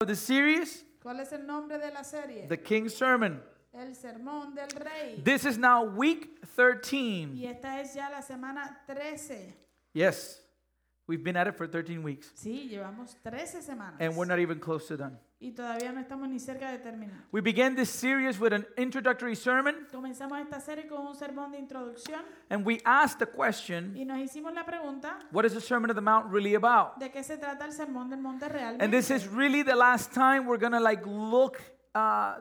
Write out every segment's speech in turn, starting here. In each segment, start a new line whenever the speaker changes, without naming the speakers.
of the series?
¿Cuál es el nombre de la serie?
The King's Sermon.
El Sermón del Rey.
This is now week
Y
13.
esta es ya la semana 13.
Yes, we've been at it for 13 weeks,
Sí, llevamos 13 semanas.
and we're not even close to done.
Y todavía no estamos ni cerca de terminar.
We began this series with an introductory sermon,
Comenzamos esta serie con un sermón de introducción
and we asked the question
y nos hicimos la pregunta
what is the Sermon of the Mount really about?
de qué se trata el Sermón del Monte Real.
And this is really the last time we're gonna like look uh,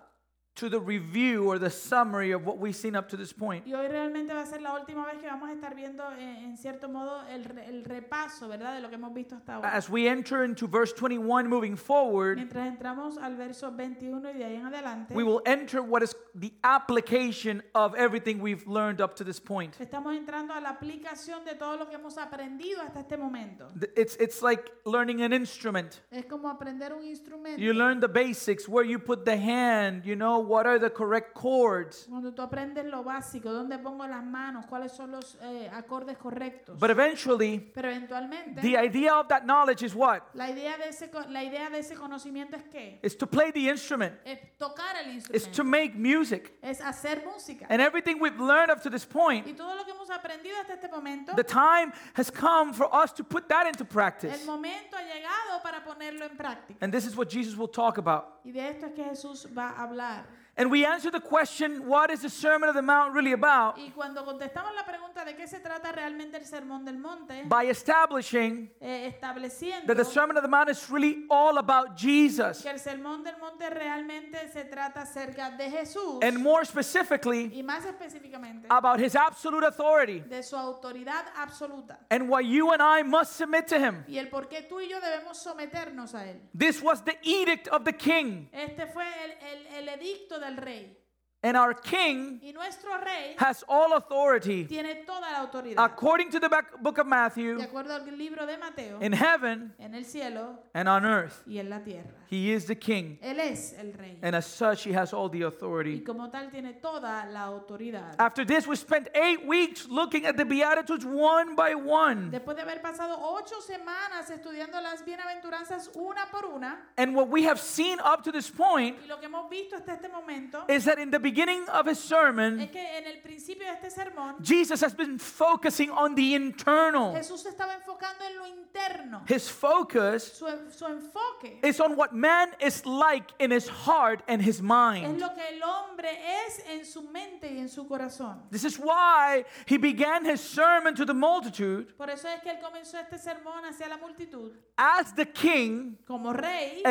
to the review or the summary of what we've seen up to this point.
Y hoy realmente va a ser la última vez que vamos a estar viendo, eh, en cierto modo, el, re- el repaso, ¿verdad?, de lo que hemos visto hasta ahora.
As we enter into verse 21 moving forward,
Mientras entramos al verso 21 y de ahí en adelante,
we will enter what is the application of everything we've learned up to this point.
estamos entrando a la aplicación de todo lo que hemos aprendido hasta este momento.
Th- It's, it's like learning an instrument.
Es como aprender un instrumento.
You learn the basics, where you put the hand, you know, what are the correct chords.
Cuando tú aprendes lo básico, dónde pongo las manos, cuáles son los eh, acordes correctos.
But eventually,
Pero eventualmente,
the idea of that knowledge is what?
la, idea de ese, co- la idea de ese conocimiento es que
It's to play the instrument,
es tocar el
it's to
instrumento,
make music.
es hacer música.
And everything we've learned up to this
Y
point,
todo lo que hemos aprendido hasta este momento,
the time has come for us to put that into
el
practice.
momento ha llegado para ponerlo en práctica.
And this is what Jesus will talk about.
Y de esto es que Jesús va a hablar.
And we answer the question, what is the Sermon of the Mount really about?
Y cuando contestamos la pregunta de qué se trata realmente el Sermón del Monte,
By establishing
eh, estableciendo
that the Sermon of the Mount is really all about Jesus.
que el Sermón del Monte realmente se trata acerca de Jesús
And more specifically,
y más específicamente
about his absolute authority
de su autoridad absoluta
and why you and I must submit to him.
y el por qué tú y yo debemos someternos a él.
This was the edict of the king.
Este fue el, el- el edicto del rey
And our king
y nuestro rey
has all authority.
tiene toda la autoridad.
According to the back- book of Matthew,
De acuerdo al libro de Mateo,
in heaven
en el cielo
and on earth,
y en la tierra.
he is the king.
Él es el rey
And as such, he has all the
y
authority.
como tal tiene toda la autoridad.
After this, we spent eight weeks looking at the Beatitudes one by one.
Después de haber pasado ocho semanas estudiando las bienaventuranzas una por una,
And what we have seen up to this point
y lo que hemos visto hasta este momento
is that in the beginning of his sermon,
es que en el principio de este sermón
Jesus has been focusing on the internal.
Jesús se estaba enfocando en lo interno.
His focus
Su, en- su enfoque
is on what man is like in his heart and his
es
mind.
lo que el hombre es en su mente y en su corazón.
This is why he began his sermon to the multitude
Por eso es que él comenzó este sermón hacia la multitud
as the king
como rey,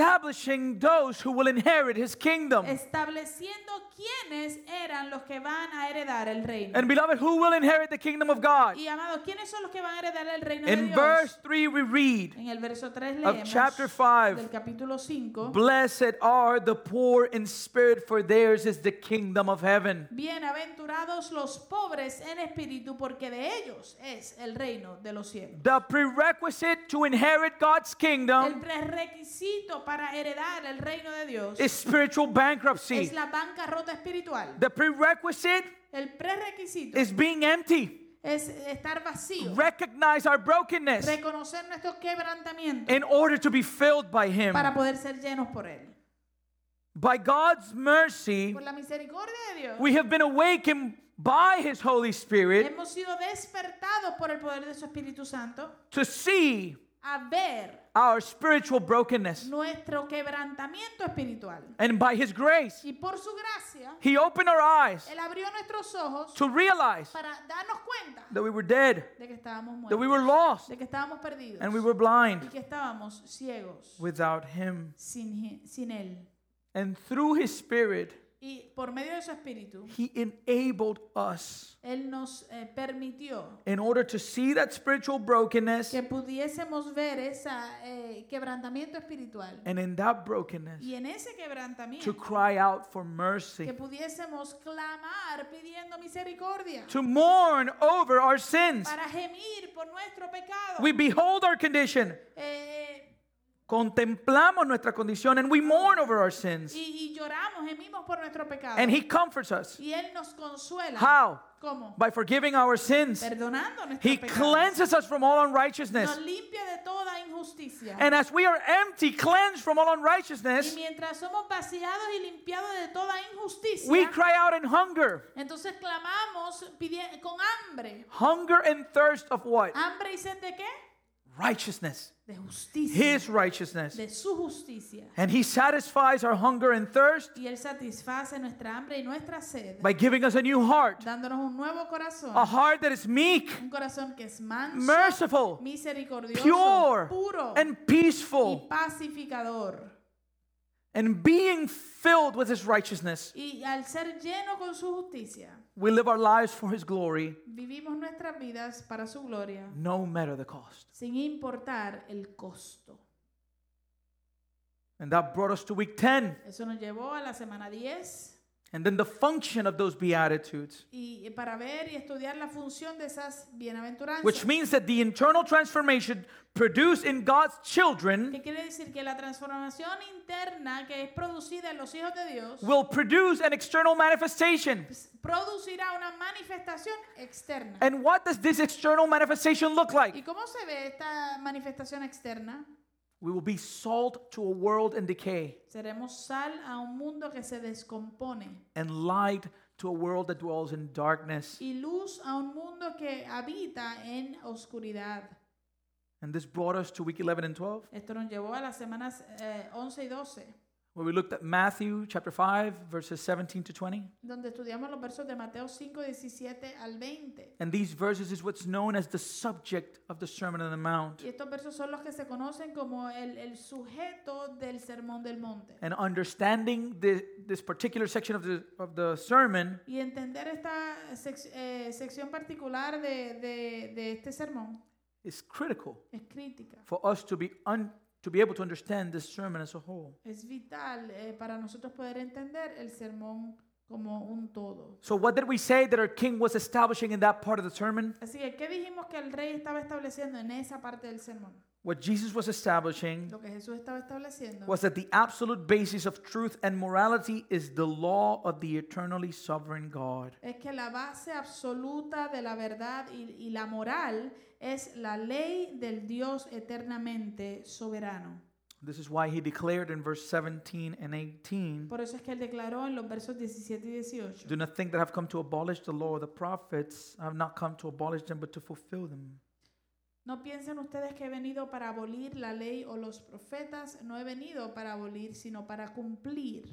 establishing those who will inherit his kingdom.
estableciendo quiénes eran los que van a heredar el reino.
And beloved, who will inherit the kingdom of God?
Y amados, ¿quiénes son los que van a heredar el reino de
In
Dios?
verse 3 we read,
en el verso 3
of
leemos
chapter 5.
del capítulo 5.
Blessed are the poor in spirit, for theirs is the kingdom of heaven.
Bienaventurados los pobres en espíritu, porque de ellos es el reino de los cielos.
The prerequisite to inherit God's
El
kingdom
prerequisito para heredar el reino de Dios
is spiritual bankruptcy.
es la bancarrota espiritual.
The prerequisite
El prerequisito
is being empty.
es estar vacío,
Recognize our brokenness
reconocer nuestro quebrantamiento
in order to be filled by Him.
para poder ser llenos por Él.
By God's mercy,
Por la misericordia de Dios,
we have been awakened by His Holy Spirit
hemos sido despertados por el poder de su Espíritu Santo
to see
a ver
our spiritual brokenness.
nuestro quebrantamiento espiritual.
And by His grace,
Y por su gracia,
He opened our eyes
Él abrió nuestros ojos
to realize
para darnos cuenta
that we were dead,
de que estábamos
that we
muertos,
were lost,
de que estábamos perdidos
and we were
y
blind
que estábamos ciegos
without Him.
sin, je- sin Él.
And through His Spirit,
Y por medio de su espíritu,
He enabled us
Él nos eh, permitió
in order to see that spiritual brokenness
que pudiésemos ver ese quebrantamiento espiritual
and in that brokenness
y en ese
to
quebrantamiento
cry out for
que
mercy,
pudiésemos clamar pidiendo misericordia
to mourn over our sins.
para gemir por nuestro pecado.
We behold our condition
Eh,
contemplamos nuestra condición and we mourn over our sins.
y, y lloramos, gemimos por nuestro pecado.
And He comforts us.
y Él nos consuela.
How?
¿Cómo?
By forgiving our sins.
Perdonando nuestros
He
pecados.
cleanses us from all
Nos
unrighteousness.
limpia de toda injusticia.
And as we are empty, cleansed from all
y
unrighteousness,
mientras somos vaciados y limpiados de toda injusticia,
we cry out in hunger.
entonces clamamos pidi- con hambre.
Hunger and thirst of what?
¿Hambre y sed de qué?
Righteousness.
De justicia.
His righteousness.
de su justicia.
And He satisfies our hunger and thirst
Y Él satisface nuestra hambre y nuestra sed,
by Ah. giving us a new heart,
dándonos un nuevo corazón.
a heart that is meek,
Un corazón que es manso,
merciful,
misericordioso,
pure,
puro
and
y
peaceful,
pacificador.
and being filled with His righteousness.
Y al ser lleno con su justicia,
We live our lives for His glory,
vivimos nuestras vidas para su gloria,
no matter the cost.
sin importar el costo.
And that brought us to week 10,
Eso nos llevó a la semana 10
and then the function of those Beatitudes,
y eh, para ver y estudiar la función de esas
which
bienaventuranzas.
means that the internal transformation produced in God's children
Que quiere decir que la transformación interna que es producida en los hijos de Dios
will produce an external manifestation.
producirá una manifestación externa.
And what does this external manifestation look like?
¿Y cómo se ve esta manifestación externa?
We will be salt to a world in decay
Seremos sal a un mundo que se descompone
and light to a world that dwells in darkness.
y luz a un mundo que habita en oscuridad.
And this brought us to week 11 and 12,
Esto nos llevó a las semanas eh, 11 y 12,
where we looked at Matthew chapter 5, verses 17 to 20.
donde estudiamos los versos de Mateo 5, 17 al 20.
And these verses is what's known as the subject of the Sermon on the Mount.
Y estos versos son los que se conocen como el, el sujeto del Sermón del Monte.
And understanding the, this particular section of the, of the sermon
Y entender esta sec- eh, sección particular de- de- de este sermón
is critical
es crítica.
for us to be, un, to be able to understand this sermon as a whole.
Es vital eh, para nosotros poder entender el sermón como un todo.
So, what did we say that our king was establishing in that part of the sermon?
Así que, ¿qué dijimos que el rey estaba estableciendo en esa parte del sermón?
What Jesus was establishing
Lo que Jesús estaba estableciendo
was that the absolute basis of truth and morality is the law of the eternally sovereign God.
es que la base absoluta de la verdad y, y la moral es la ley del Dios eternamente soberano.
This is why he declared in verse 17 and 18
Por eso es que él declaró en los versos 17 y 18.
Do not think that I have come to abolish the law or the prophets. I have not come to abolish them, but to fulfill them.
No piensen ustedes que he venido para abolir la ley o los profetas. No he venido para abolir, sino para cumplir.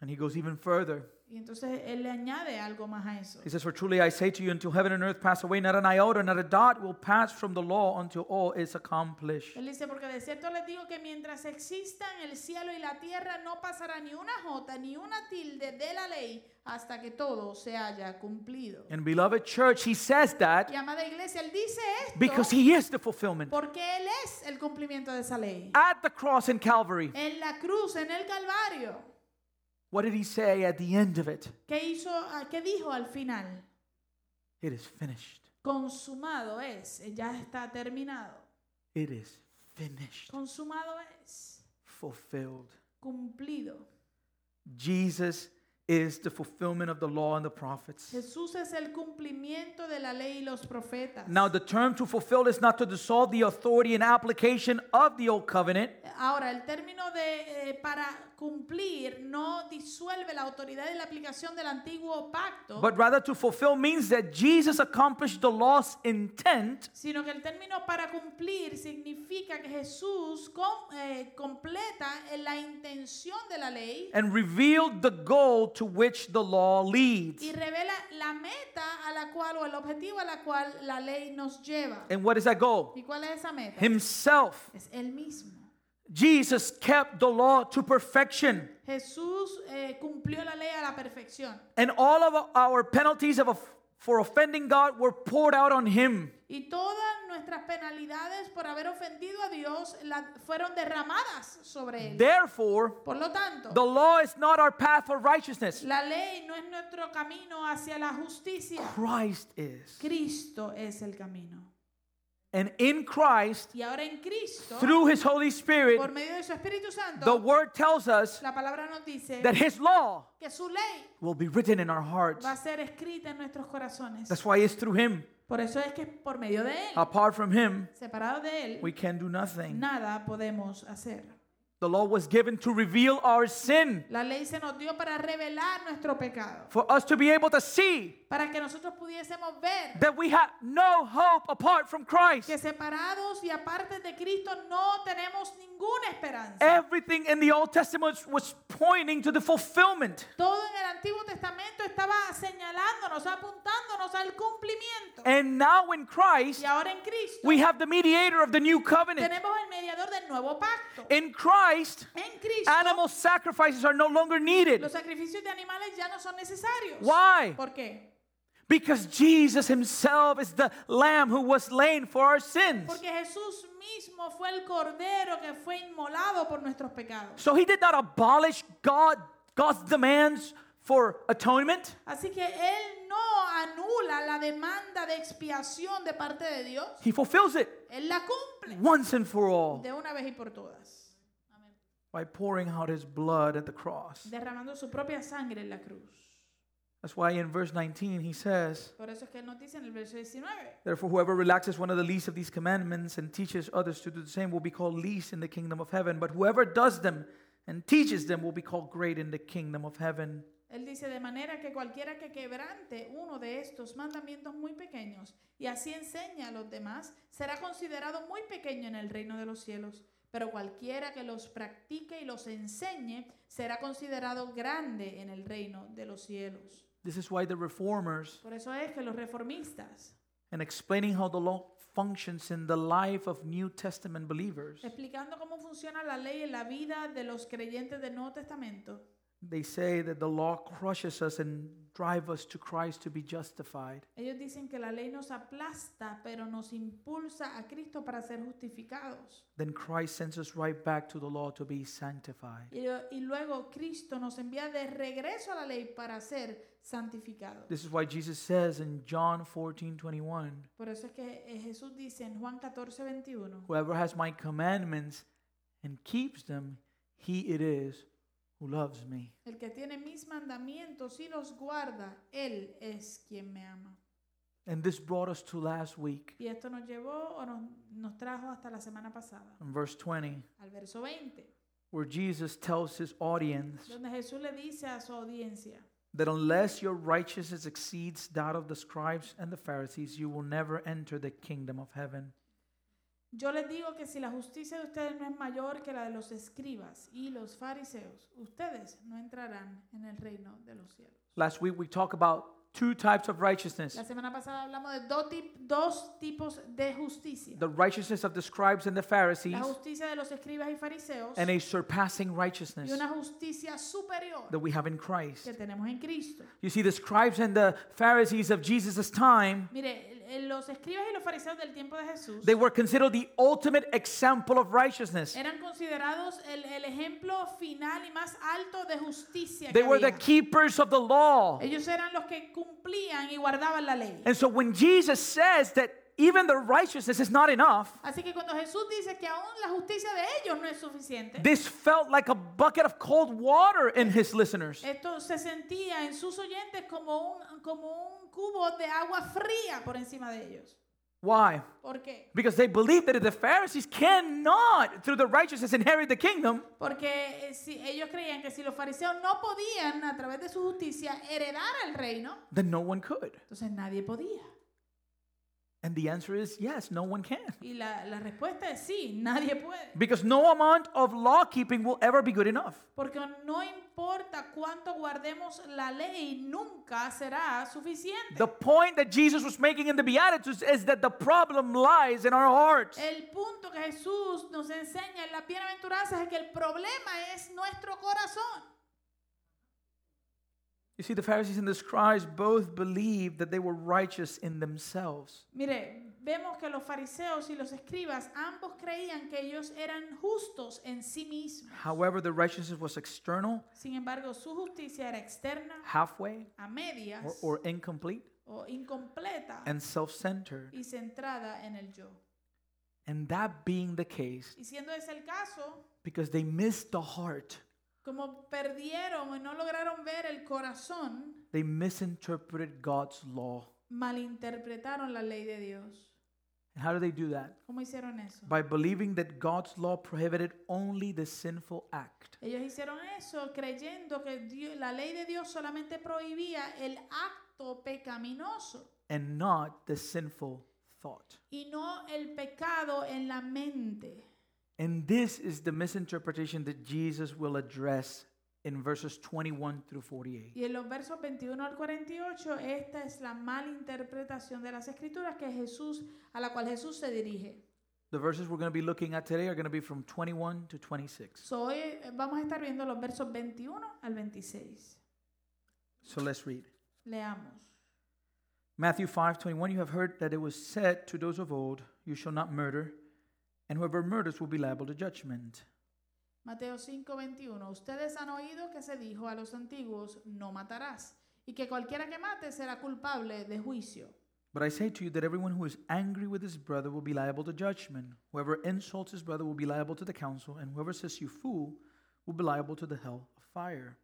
And he goes even further.
Y entonces él le añade algo más a eso.
He says, For truly I say to you, until heaven and earth pass away, not an iota, not a dot will pass from the law until all is accomplished.
Él dice, porque de cierto les digo que mientras existan el cielo y la tierra, no pasará ni una jota ni una tilde de la ley hasta que todo se haya cumplido.
And beloved church, he says
Y
that
amada iglesia, él dice
because
esto
he is the fulfillment.
porque él es el cumplimiento de esa ley.
At the cross in Calvary,
En la cruz, en el Calvario,
what did he say at the end of it?
¿qué hizo? ah, ¿Qué dijo al final?
It is finished.
Consumado es, eh, ya está terminado.
It is finished.
Consumado es,
Fulfilled.
cumplido.
Jesus is the fulfillment of the law and the prophets.
Jesús es el cumplimiento de la ley y los profetas.
Now, the term to fulfill is not to dissolve the authority and application of the old covenant,
Ahora, el término de eh, para cumplir no disuelve la autoridad y la aplicación del antiguo pacto,
but rather to fulfill means that Jesus accomplished the law's intent
sino que el término para cumplir significa que Jesús com- eh, completa en la intención de la ley
and revealed the goal to which the law leads.
y revela la meta a la cual o el objetivo a la cual la ley nos lleva.
And what is that goal?
¿Y cuál es esa meta?
Himself.
Es él mismo.
Jesus kept the law to perfection,
Jesús eh, cumplió la ley a la perfección.
and all of our penalties of, for offending God were poured out on him.
Y todas nuestras penalidades por haber ofendido a Dios la- fueron derramadas sobre él.
Therefore,
Por lo tanto,
the law is not our path for righteousness,
la ley no es nuestro camino hacia la justicia.
Christ is.
Cristo es el camino.
And in Christ,
Y ahora en Cristo,
through his Holy Spirit,
por medio de su Espíritu
the
Santo,
word tells us
la palabra nos dice
that his law
que su ley
will be written in our hearts.
va a ser escrita en nuestros corazones.
That's why it's through him.
Por eso es que por medio de Él,
Apart from him,
separado de Él,
we can do nothing.
nada podemos hacer.
The law was given to reveal our sin,
La ley se nos dio para revelar nuestro pecado,
for us to be able to see
para que nosotros pudiésemos ver
that we have no hope apart from Christ.
que separados y aparte de Cristo no tenemos ninguna esperanza.
Everything in the Old Testament was pointing to the fulfillment.
Todo en el Antiguo Testamento estaba señalándonos, apuntándonos al cumplimiento.
And now in Christ,
Y ahora en Cristo
we have the mediator of the new covenant.
tenemos el mediador del nuevo pacto.
In Christ,
En Cristo
Eh, animal sacrifices are no longer needed.
los sacrificios de animales ya no son necesarios.
Why?
¿Por qué?
Because Jesus himself is the lamb who was slain for our sins.
Porque Jesús mismo fue el cordero que fue inmolado por nuestros pecados.
So he did not abolish God God's demands for atonement.
Así que Él no anula la demanda de expiación de parte de Dios.
He fulfills it
Él la cumple
once and for all
de una vez y por todas,
by pouring out his blood at the cross.
derramando su propia sangre en la cruz.
That's why in verse 19 he says,
Por eso es que Él nos dice en el verso 19,
Therefore, whoever relaxes one of the least of these commandments and teaches others to do the same will be called least in the kingdom of heaven. But whoever does them and teaches them will be called great in the kingdom of heaven.
Él dice, de manera que cualquiera que quebrante uno de estos mandamientos muy pequeños y así enseña a los demás, será considerado muy pequeño en el reino de los cielos. Pero cualquiera que los practique y los enseñe, será considerado grande en el reino de los cielos.
This is why the reformers,
Por eso es que los reformistas,
in explaining how the law functions in the life of New Testament believers,
explicando cómo funciona la ley en la vida de los creyentes del Nuevo Testamento,
they say that the law crushes us and drive us to Christ to be justified.
ellos dicen que la ley nos aplasta, pero nos impulsa a Cristo para ser justificados.
Then Christ sends us right back to the law to be sanctified.
Y, lo- y luego Cristo nos envía de regreso a la ley para ser santificados.
This is why Jesus says in John 14 21,
Por eso es que eh, Jesús dice en Juan 14, 21,
Whoever has my commandments and keeps them, he it is who loves me.
el que tiene mis mandamientos y los guarda, él es quien me ama.
And this brought us to last week
Y esto nos llevó o nos, nos trajo hasta la semana pasada,
in verse 20,
al verso 20,
where Jesus tells his audience
donde Jesús le dice a su audiencia,
that unless your righteousness exceeds that of the scribes and the Pharisees, you will never enter the kingdom of heaven.
yo les digo que si la justicia de ustedes no es mayor que la de los escribas y los fariseos, ustedes no entrarán en el reino de los cielos.
Last week we talked about two types of righteousness
La semana pasada hablamos de dos, tip- dos tipos de justicia.
the righteousness of the scribes and the Pharisees,
La justicia de los escribas y fariseos
and a surpassing
y
righteousness
una justicia superior
that we have in Christ.
que tenemos en Cristo.
You see, the scribes and the Pharisees of Jesus' time
Mire, el- el- los escribas y los fariseos del tiempo de Jesús
They were considered the ultimate example of righteousness.
eran considerados el, el ejemplo final y más alto de justicia.
They
que
were the
había.
keepers of the law.
Ellos eran los que cumplían y guardaban la ley.
And so when Jesus says that even the righteousness is not enough,
Así que cuando Jesús dice que aún la justicia de ellos no es suficiente,
this felt like a bucket of cold water in his listeners.
Esto se sentía en sus oyentes como un, como un cubo de agua fría por encima de ellos.
Why?
¿Por qué?
Because they believed that if the Pharisees cannot, through the righteousness, inherit the kingdom,
Porque eh, si ellos creían que si los fariseos no podían, a través de su justicia, heredar el reino,
then no one could.
entonces nadie podía.
And the answer is yes, no one can.
Y la, la respuesta es sí, nadie puede.
Because no amount of law keeping will ever be good enough.
Porque no importa cuánto guardemos la ley, nunca será suficiente.
The point that Jesus was making in the Beatitudes is that the problem lies in our hearts.
El punto que Jesús nos enseña en las bienaventuranzas es que el problema es nuestro corazón.
You see, the Pharisees and the scribes both believed that they were righteous in themselves.
Mire, vemos que los fariseos y los escribas ambos creían que ellos eran justos en sí mismos.
However, the righteousness was external,
Sin embargo, su justicia era externa,
halfway,
a medias
or, or incomplete,
o incompleta
and self centered.
y centrada en el yo.
And that being the case,
Y siendo ese el caso,
because they missed the heart,
como perdieron o no lograron ver el corazón,
they misinterpreted God's law.
malinterpretaron la ley de Dios.
And how do they do that?
¿Cómo hicieron eso?
By believing that God's law prohibited only the sinful act.
Ellos hicieron eso creyendo que Dio- la ley de Dios solamente prohibía el acto pecaminoso
and not the sinful thought.
y no el pecado en la mente.
And this is the misinterpretation that Jesus will address in verses 21 through 48.
Y en los versos 21 al 48, esta es la mala interpretación de las escrituras que Jesús, a la cual Jesús se dirige.
The verses we're going to be looking at today are going to be from 21 to 26.
So, hoy eh, vamos a estar viendo los versos 21 al 26.
So let's read.
Leamos.
Matthew 5:21 You have heard that it was said to those of old, you shall not murder, and whoever murders will be liable to judgment.
Mateo 5:21. Ustedes han oído que se dijo a los antiguos, no matarás, y que cualquiera que mate será culpable de juicio.
But I say to you that everyone who is angry with his brother will be liable to judgment. Whoever insults his brother will be liable to the council, and whoever says you fool will be liable to the hell of fire.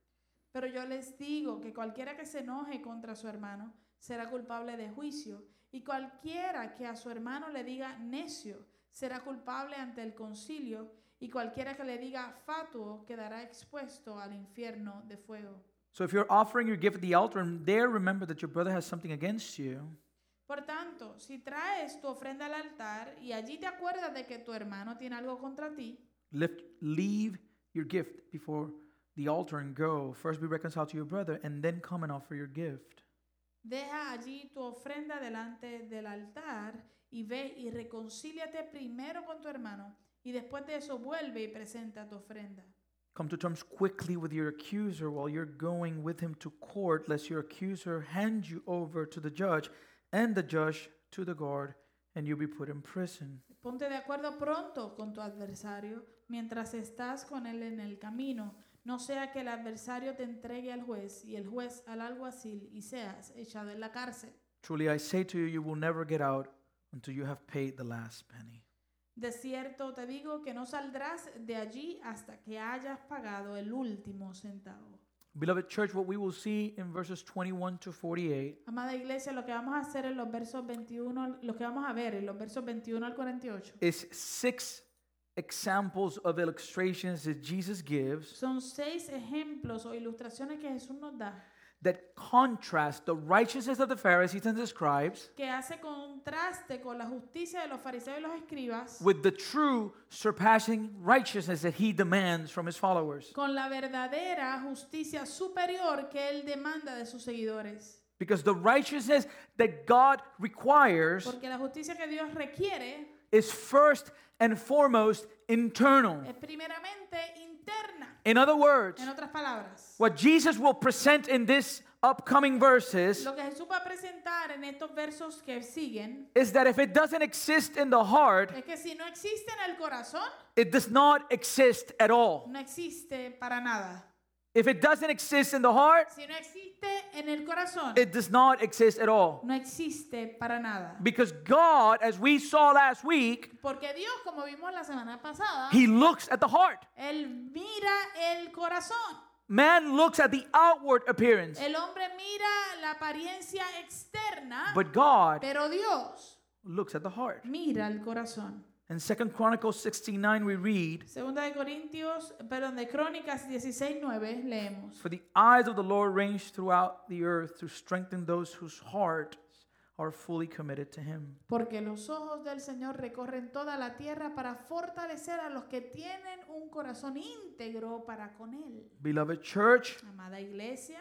Pero yo les digo que cualquiera que se enoje contra su hermano será culpable de juicio, y cualquiera que a su hermano le diga necio será culpable ante el concilio, y cualquiera que le diga fatuo quedará expuesto al infierno de fuego.
So if you're offering your gift at the altar and there remember that your brother has something against you,
Por tanto, si traes tu ofrenda al altar y allí te acuerdas de que tu hermano tiene algo contra ti,
lift, leave your gift before the altar and go. First be reconciled to your brother and then come and offer your gift.
deja allí tu ofrenda delante del altar y ve y reconcíliate primero con tu hermano y después de eso vuelve y presenta tu ofrenda.
Come to terms quickly with your accuser while you're going with him to court, lest your accuser hand you over to the judge and the judge to the guard and you be put in prison.
Ponte de acuerdo pronto con tu adversario mientras estás con él en el camino, no sea que el adversario te entregue al juez y el juez al alguacil y seas echado en la cárcel.
Truly I say to you, you will never get out until you have paid the last penny.
De cierto te digo que no saldrás de allí hasta que hayas pagado el último centavo.
Beloved church, what we will see in verses 21 to 48
Amada iglesia, lo que vamos a hacer en los versos 21, al- lo que vamos a ver en los versos 21 al 48
is six examples of illustrations that Jesus gives
son seis ejemplos o ilustraciones que Jesús nos da
that contrast the righteousness of the Pharisees and the scribes
que hace contraste con la justicia de los fariseos y los escribas
with the true surpassing righteousness that he demands from his followers.
con la verdadera justicia superior que él demanda de sus seguidores.
Because the righteousness that God requires
Porque la justicia que Dios requiere
is first and foremost internal.
es primeramente interna.
In other words,
En otras palabras,
what Jesus will present in this upcoming verses
Lo que Jesús va a presentar en estos versos que siguen
is that if it doesn't exist in the heart,
es que si no existe en el corazón,
it does not exist at all.
no existe para nada.
If it doesn't exist in the heart,
Si no existe en el corazón,
it does not exist at all.
no existe para nada.
Because God, as we saw last week,
Porque Dios, como vimos la semana pasada,
He looks at the heart.
Él mira el corazón.
Man looks at the outward appearance,
El hombre mira la apariencia externa,
but God
pero Dios
looks at the heart.
mira el corazón.
In 2 Chronicles 69, we read,
Segunda de Corintios, perdón, de Crónicas 16:9 leemos.
For the eyes of the Lord range throughout the earth to strengthen those whose hearts are fully committed to Him.
Porque los ojos del Señor recorren toda la tierra para fortalecer a los que tienen un corazón íntegro para con Él.
Beloved church,
Amada iglesia,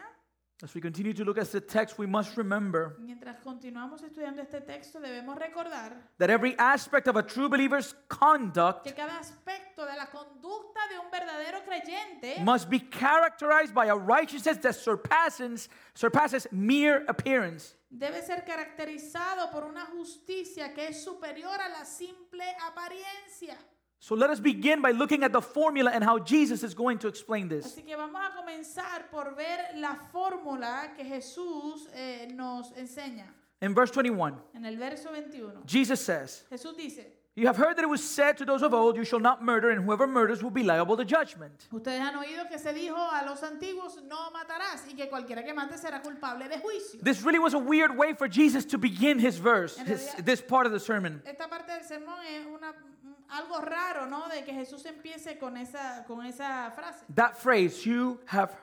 as we continue to look at the text, we must remember
mientras continuamos estudiando este texto, debemos recordar
that every aspect of a true believer's conduct
que cada aspecto de la conducta de un verdadero creyente
must be characterized by a righteousness that surpasses, surpasses mere appearance.
debe ser caracterizado por una justicia que es superior a la simple apariencia.
So let us begin by looking at the formula and how Jesus is going to explain this.
Así que vamos a comenzar por ver la fórmula que Jesús eh, nos enseña
In verse 21,
en el verso 21.
Jesus says,
Jesús dice,
You have heard that it was said to those of old, You shall not murder, and whoever murders will be liable to judgment.
Ustedes han oído que se dijo a los antiguos, no matarás, y que cualquiera que mate será culpable de juicio.
This really was a weird way for Jesus to begin his verse,
En
his,
realidad-
this part of the sermon.
Esta parte del sermón es una, mm, algo raro, ¿no? De que Jesús empiece con esa, con esa frase.
That phrase, You have,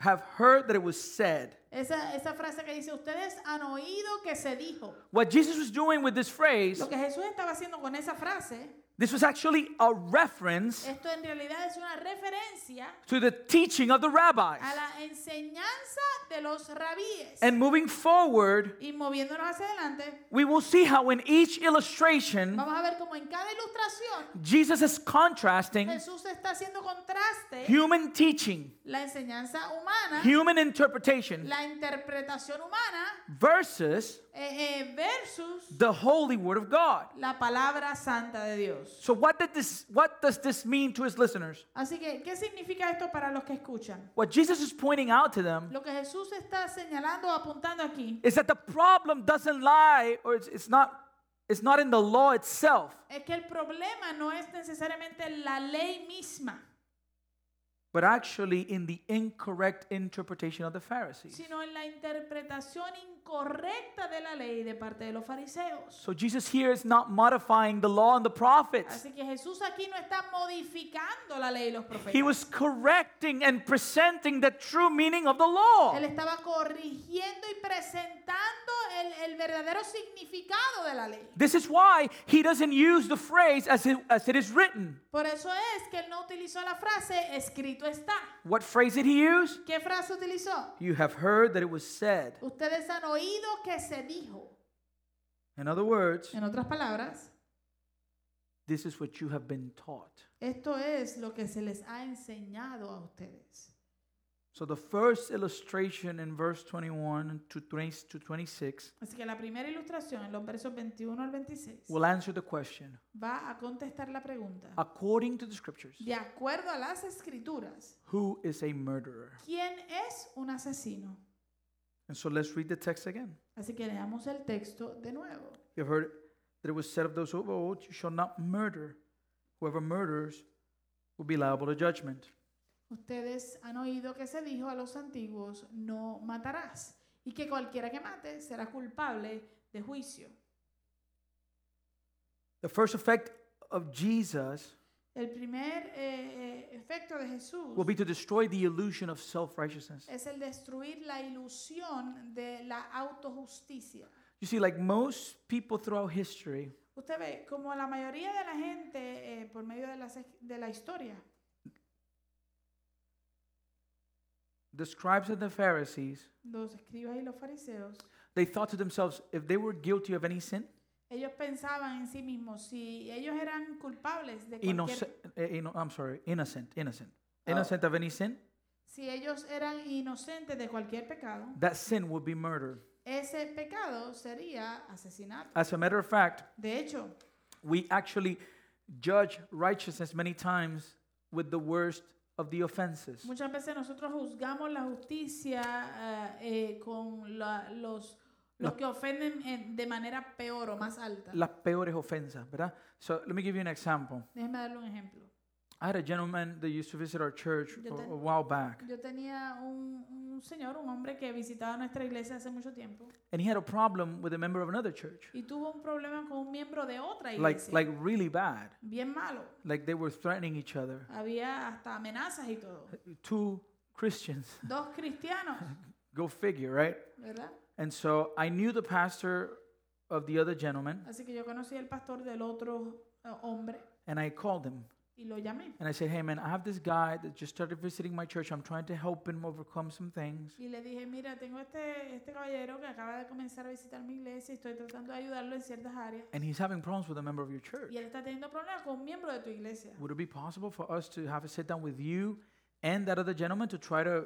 have heard that it was said.
Esa, esa frase que dice, ustedes han oído que se dijo.
What Jesus was doing with this phrase,
Lo que Jesús estaba haciendo con esa frase,
this was actually a reference
esto en realidad es una referencia
to the teaching of the rabbis.
a la enseñanza de los rabíes.
And moving forward,
Y moviéndonos hacia adelante,
we will see how in each illustration,
vamos a ver cómo en cada ilustración
Jesus is contrasting
Jesús está haciendo contraste
human teaching,
la enseñanza humana,
human interpretation,
la interpretación humana,
versus
eh, eh, versus
the holy word of God.
la palabra santa de Dios.
So what did this what does this mean to his listeners?
Así que, ¿qué significa esto para los que escuchan?
What Jesus is pointing out to them
Lo que Jesús está señalando o apuntando aquí
is that the problem doesn't lie or it's, it's not it's not in the law itself,
es que el problema no es necesariamente la ley misma,
but actually in the incorrect interpretation of the Pharisees.
sino en la interpretación incorrecta de la ley de parte de los fariseos.
So Jesus here is not modifying the law and the prophets.
Así que Jesús aquí no está modificando la ley y los
He
profetas.
was correcting and presenting the true meaning of the law.
Él estaba corrigiendo y presentando el, el verdadero significado de la ley.
This is why he doesn't use the phrase as it, as it is written.
Por eso es que él no utilizó la frase escrito está.
What phrase did he use?
¿Qué frase utilizó?
You have heard that it was said.
Ustedes han oído que se dijo.
In other words,
En otras palabras,
this is what you have been taught.
esto es lo que se les ha enseñado a ustedes.
So the first illustration in verse 21 to 20 to 26
Así que la primera ilustración, en los versos 21 al 26,
will answer the question
va a contestar la pregunta.
according to the scriptures,
De acuerdo a las escrituras,
who is a murderer?
¿quién es un asesino?
And so let's read the text again.
Así que leamos el texto de nuevo.
You have heard that it was said of those of old, You shall not murder. Whoever murders will be liable to judgment.
Ustedes han oído que se dijo a los antiguos, no matarás, y que cualquiera que mate será culpable de juicio.
The first effect of Jesus
El primer eh, eh, efecto de Jesús
will be to destroy the illusion of self righteousness.
es el destruir la ilusión de la autojusticia.
You see, like most people throughout history,
Usted ve, como la mayoría de la gente, eh, por medio de, las ej- de la historia,
the scribes and the Pharisees,
los escribas y los fariseos,
they thought to themselves, if they were guilty of any sin,
ellos pensaban en sí mismos, si ellos eran culpables de cualquier...
innocent, eh, eh, no, I'm sorry, innocent, innocent,
Oh.
innocent of any sin,
Si ellos eran inocentes de cualquier pecado,
that sin would be murder.
ese pecado sería asesinato.
As a matter of fact,
De hecho,
we actually judge righteousness many times with the worst of the offenses.
muchas veces nosotros juzgamos la justicia eh, eh, con la- los, los
No.
que ofenden eh, de manera peor o más alta.
Las peores ofensas, ¿verdad? So let me give you an example.
Déjeme darle un ejemplo.
I had a gentleman that used to visit our church a,
Yo te-
a while back,
Yo tenía un, un señor, un hombre que visitaba nuestra iglesia hace mucho tiempo
and he had a problem with a member of another church,
y tuvo un problema con un miembro de otra
like
iglesia.
like really bad,
bien malo.
like they were threatening each other.
Había hasta amenazas y todo.
Two Christians,
Dos cristianos,
go figure, right?
¿verdad?
And so I knew the pastor of the other gentleman,
Así que yo conocí al pastor del otro eh, hombre
and I called him
y lo llamé.
and I said, "Hey, man, I have this guy that just started visiting my church. I'm trying to help him overcome some things."
Y le dije, mira, tengo este, este caballero que acaba de comenzar a visitar mi iglesia y estoy tratando de ayudarlo en ciertas áreas.
And he's having problems with a member of your church.
Y él está teniendo problemas con un miembro de tu iglesia.
Would it be possible for us to have a sit down with you and that other gentleman to try to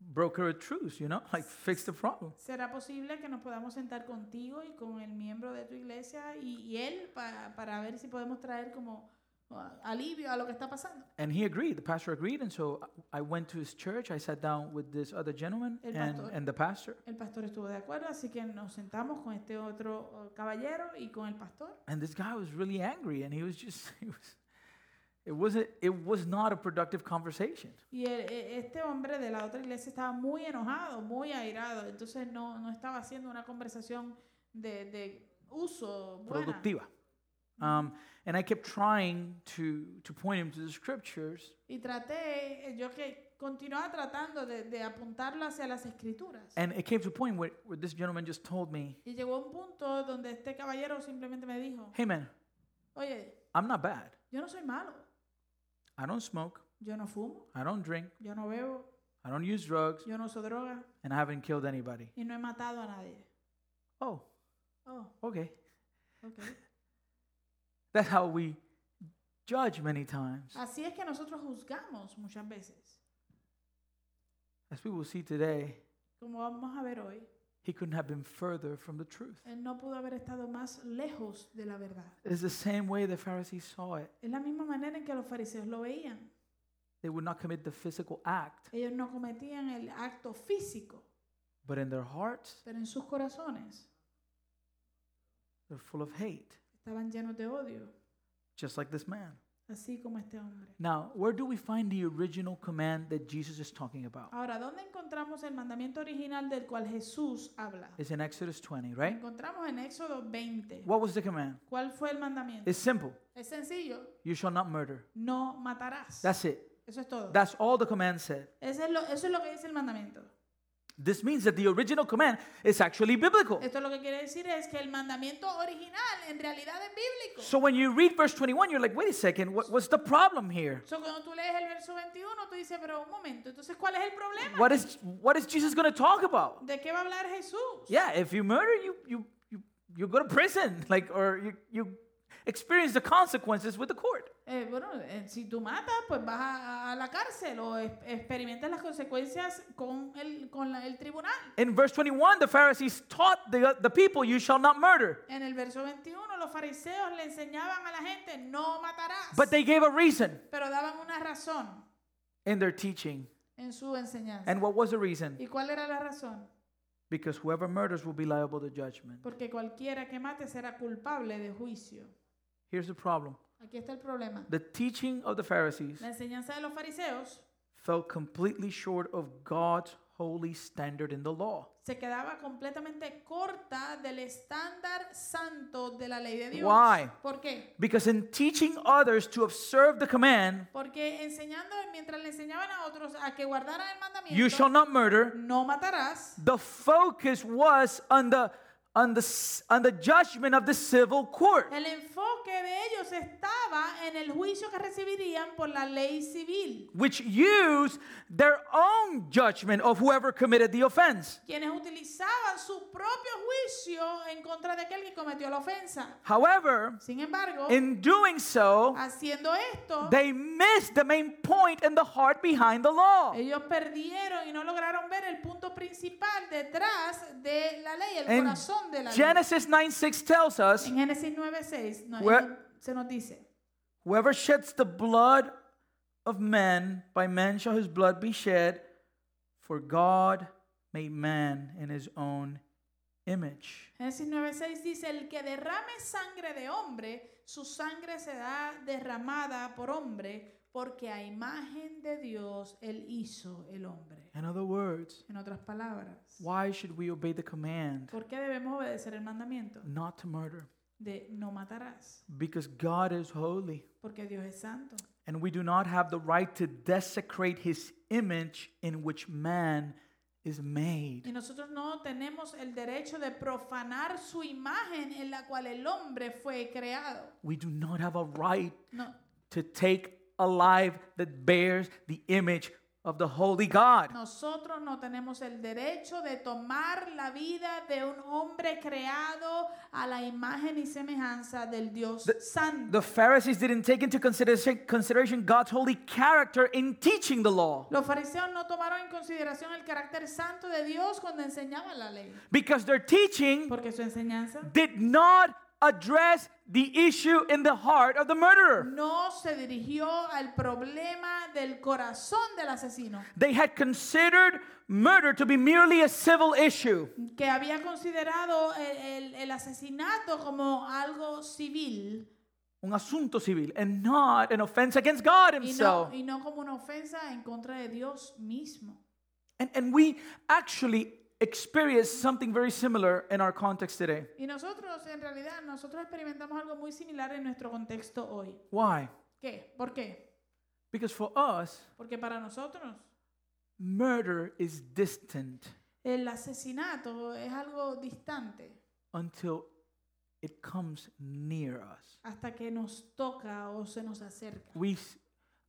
broker a truce, you know, like fix the problem?
¿Será posible que nos podamos sentar contigo y con el miembro de tu iglesia y, y él pa- para ver si podemos traer como o a- alivio a lo que está pasando.
And he agreed. The pastor agreed. And so I went to his church. I sat down with this other gentleman
El
and,
pastor.
and the pastor.
El pastor estuvo de acuerdo, así que nos sentamos con este otro eh, caballero y con el pastor.
And this guy was really angry. And he was just, he was, it, wasn't, it was not a productive conversation.
Y el- e- este hombre de la otra iglesia estaba muy enojado, muy airado, entonces no, no estaba haciendo una conversación de, de uso buena.
Productiva. Um, and I kept trying to, to point him to the scriptures.
Y traté, eh, yo que continuaba tratando de, de apuntarlo hacia las escrituras.
And it came to a point where, where this gentleman just told me,
Y llegó un punto donde este caballero simplemente me dijo,
hey man,
oye,
I'm not bad.
yo no soy malo,
I don't smoke.
yo no fumo,
I don't drink.
yo no bebo,
I don't use drugs.
yo no uso droga
And I haven't killed anybody.
y no he matado a nadie.
Oh,
Oh,
okay.
ok.
That's how we judge many times.
Así es que nosotros juzgamos muchas veces.
As we will see today,
Como vamos a ver hoy,
he couldn't have been further from the truth.
él no pudo haber estado más lejos de la verdad.
It's the same way the Pharisees saw it.
Es la misma manera en que los fariseos lo veían.
They would not commit the physical act,
Ellos no cometían el acto físico,
but in their hearts,
pero en sus corazones
they're full of hate,
estaban llenos de odio,
just like this man.
así como este hombre.
Now, where do we find the original command that Jesus is talking about?
Ahora, ¿dónde encontramos el mandamiento original del cual Jesús habla?
It's in Exodus 20,
Lo
right?
encontramos en Éxodo 20.
What was the command?
¿Cuál fue el mandamiento?
It's simple
Es sencillo,
you shall not murder.
no matarás.
That's it.
Eso es todo.
That's all the command said.
Eso es, lo, eso es lo que dice el mandamiento.
This means that the original command is actually biblical.
Esto lo que quiere decir es que el mandamiento original en realidad es bíblico.
So when you read verse 21, you're like, wait a second, what, what's the problem here?
So, cuando tú lees el verso 21, tú dices, pero un momento, entonces, ¿cuál es el problema?
What is, what is Jesus going to talk about?
¿De qué va a hablar Jesús?
Yeah, if you murder, you, you, you, you go to prison, like, or you, you experience the consequences with the court.
Eh, bueno, eh, si tú matas, pues vas a, a- a la cárcel o es- experimentas las consecuencias con el, con la- el tribunal.
In verse 21, the Pharisees taught the, the people, you shall not murder.
En el verso 21, los fariseos le enseñaban a la gente, no matarás.
But they gave a reason
pero daban una razón
in their teaching.
en su enseñanza.
And what was the reason?
¿Y cuál era la razón?
Because whoever murders will be liable to judgment.
Porque cualquiera que mate será culpable de juicio.
Here's the problem
Aquí está el problema.
the teaching of the Pharisees
La enseñanza de los fariseos
fell completely short of God's holy standard in the law.
se quedaba completamente corta del estándar santo de la ley de Dios.
Why?
¿Por qué?
Because in teaching others to observe the command,
Porque enseñando, mientras le enseñaban a otros a que guardaran el
you shall
mandamiento,
not murder,
no matarás,
the focus was on the on the s- on the judgment of the civil court.
el enfoque de ellos estaba en el juicio que recibirían por la ley civil,
Which used their own judgment of whoever committed the offense.
quienes utilizaban su propio juicio en contra de aquel que cometió la ofensa.
However,
Sin embargo,
in doing so,
haciendo esto,
they missed the main point and the heart behind the law.
Ellos perdieron y no lograron ver el punto principal detrás de la ley, el
En
corazón de la
Genesis 9 6 tells
ley.
us
En Génesis 9:6 no,
Where-
eh, se nos dice,
Whoever sheds the blood of man, by man shall his blood be shed, for God made man in his own image.
Génesis 9:6 dice, el que derrame sangre de hombre, su sangre será derramada por hombre, porque a imagen de Dios él hizo el hombre.
In other words,
En otras palabras,
why should we obey the command
¿por qué debemos obedecer el mandamiento
not to murder?
de no matarás?
Because God is holy,
Porque Dios es santo.
and we do not have the right to desecrate his image in which man is
Y
made.
nosotros no tenemos el derecho de profanar su imagen en la cual el hombre fue creado.
We do not have a right
No,
to take a life that bears the image of the holy God.
nosotros no tenemos el derecho de tomar la vida de un hombre creado a la imagen y semejanza del Dios Santo.
The Pharisees didn't take into consideration, consideration God's holy character in teaching the law
Los fariseos no tomaron en consideración el carácter santo de Dios cuando enseñaban la ley,
because their teaching
porque su enseñanza
did not address the issue in the heart of the murderer.
No se dirigió al problema del corazón del asesino,
They had considered murder to be merely a civil issue.
que había considerado el, el- el asesinato como algo civil
Un asunto civil and not an offense against God
y no,
Himself.
y no como una ofensa en contra de Dios mismo.
And, and we actually experience something very similar in our context today.
Y nosotros, en realidad, nosotros experimentamos algo muy similar en nuestro contexto hoy.
Why?
¿Qué? ¿Por qué?
Because for us,
Porque para nosotros
murder is distant
el asesinato es algo distante
until it comes near us.
hasta que nos toca o se nos acerca.
We, s-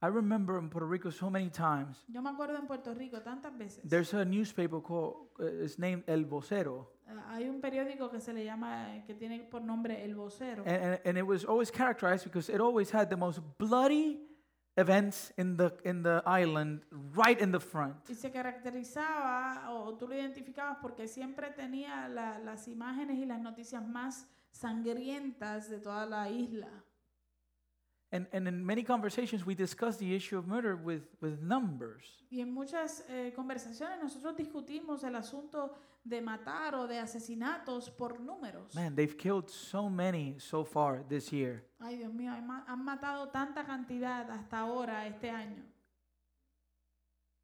I remember in Puerto Rico so many times.
Yo me acuerdo en Puerto Rico tantas veces.
There's a newspaper called, uh, it's named El Vocero,
Ah, Hay un periódico que se le llama, eh, que tiene por nombre El Vocero.
and, and, and it was always characterized because it always had the most bloody events in the in the island right in the front.
Y se caracterizaba, o tú lo identificabas, porque siempre tenía la- las imágenes y las noticias más sangrientas de toda la isla.
And and in many conversations we discussed the issue of murder with with numbers.
Y en muchas eh, conversaciones nosotros discutimos el asunto de matar o de asesinatos por números.
Man, they've killed so many so far this year.
Ay, Dios mío, hay ma- han matado tanta cantidad hasta ahora, este año.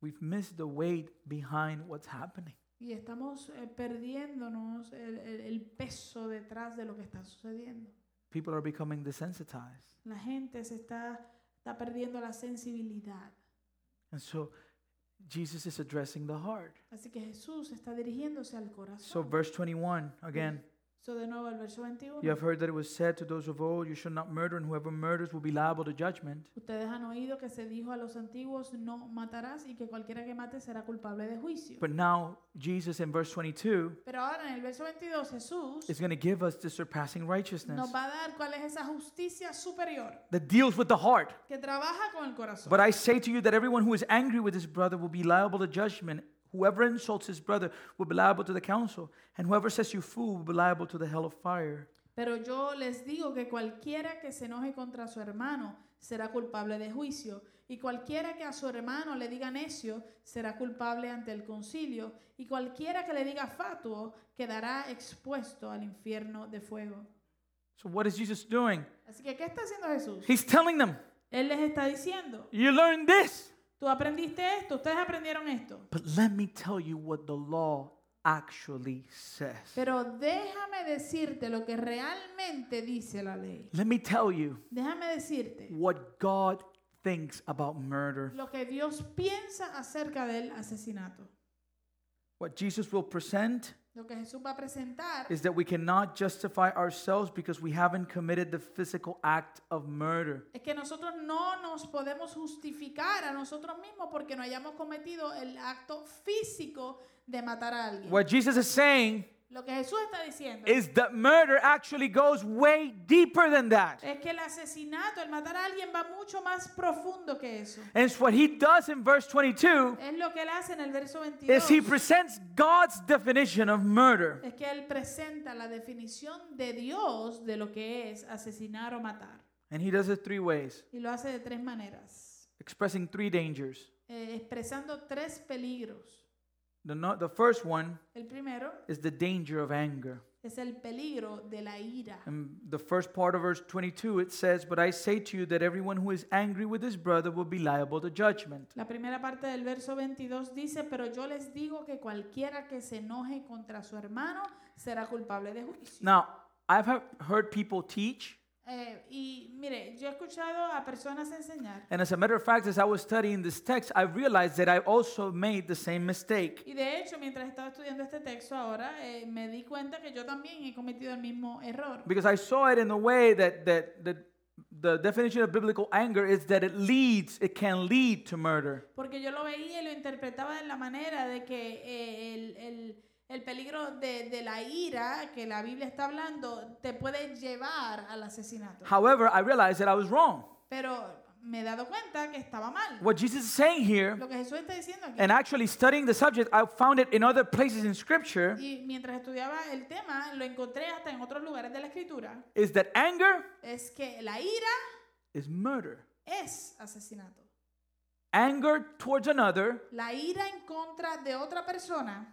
We've missed the weight behind what's happening.
Y estamos eh, perdiéndonos el, el- el peso detrás de lo que está sucediendo.
People are becoming desensitized.
La gente se está, está perdiendo la sensibilidad.
And so Jesus is addressing the heart.
Así que Jesús está dirigiéndose al
So
corazón.
verse 21 again.
So, de nuevo el verso 21.
You have heard that it was said to those of old, you shall not murder and whoever murders will be liable to judgment.
Ustedes han oído que se dijo a los antiguos, no matarás y que cualquiera que mate será culpable de juicio.
But now, Jesus in verse 22
Pero ahora en el verso 22 Jesús
is going to give us the surpassing righteousness
nos va a dar cuál es esa justicia superior
that deals with the heart.
que trabaja con el corazón.
But I say to you that everyone who is angry with his brother will be liable to judgment. Whoever insults his brother will be liable to the council, and whoever says you fool will be liable to the hell of fire.
Pero yo les digo que cualquiera que se enoje contra su hermano será culpable de juicio, y cualquiera que a su hermano le diga necio será culpable ante el concilio, y cualquiera que le diga fatuo quedará expuesto al infierno de fuego.
So, what is Jesus doing?
Así que, ¿qué está haciendo Jesús?
He's telling them,
Él les está diciendo,
You learned this,
tú aprendiste esto, ustedes aprendieron esto,
but let me tell you what the law actually says.
pero déjame decirte lo que realmente dice la ley.
Let me tell you
Déjame decirte
what God thinks about murder.
lo que Dios piensa acerca del asesinato.
What Jesus will present
Lo que Jesús va a presentar
is that we cannot justify ourselves because we haven't committed the physical act of murder.
es que nosotros no nos podemos justificar a nosotros mismos porque no hayamos cometido el acto físico de matar a alguien.
What Jesus is saying
Lo que Jesús está diciendo
is that murder actually goes way deeper than that.
es que el asesinato, el matar a alguien va mucho más profundo que eso.
And it's what he does in verse 22
Es lo que él hace en el verso
is he
22.
presents God's definition of murder.
Es que él presenta la definición de Dios de lo que es asesinar o matar.
And he does it three ways,
Y lo hace de tres maneras,
expressing three dangers.
eh, expresando tres peligros.
The, no, the first one
El primero
is the danger of anger.
es el peligro de la ira.
In the first part of verse 22, it says, But I say to you that everyone who is angry with his brother will be liable to judgment.
La primera parte del verso 22 dice, pero yo les digo que cualquiera que se enoje contra su hermano será culpable de juicio.
Now, I've have heard people teach,
Eh, y mire, yo he escuchado a personas enseñar,
and as a matter of fact, as I was studying this text, I realized that I also made the same mistake.
y de hecho mientras estaba estudiando este texto ahora, eh, me di cuenta que yo también he cometido el mismo error.
Because I saw it in the way that, that, that the definition of biblical anger is that it leads, it can lead to murder.
Porque yo lo veía y lo interpretaba de la manera de que eh, el, el- el peligro de, de la ira que la Biblia está hablando te puede llevar al asesinato.
However, I realized that I was wrong.
Pero me he dado cuenta que estaba mal.
What Jesus is saying here,
Lo que Jesús está diciendo aquí.
and actually studying the subject, I found it in other places in Scripture,
Y mientras estudiaba el tema, lo encontré hasta en otros lugares de la escritura.
is that anger
Es que la ira
is murder.
es asesinato.
Anger towards another
La ira en contra de otra persona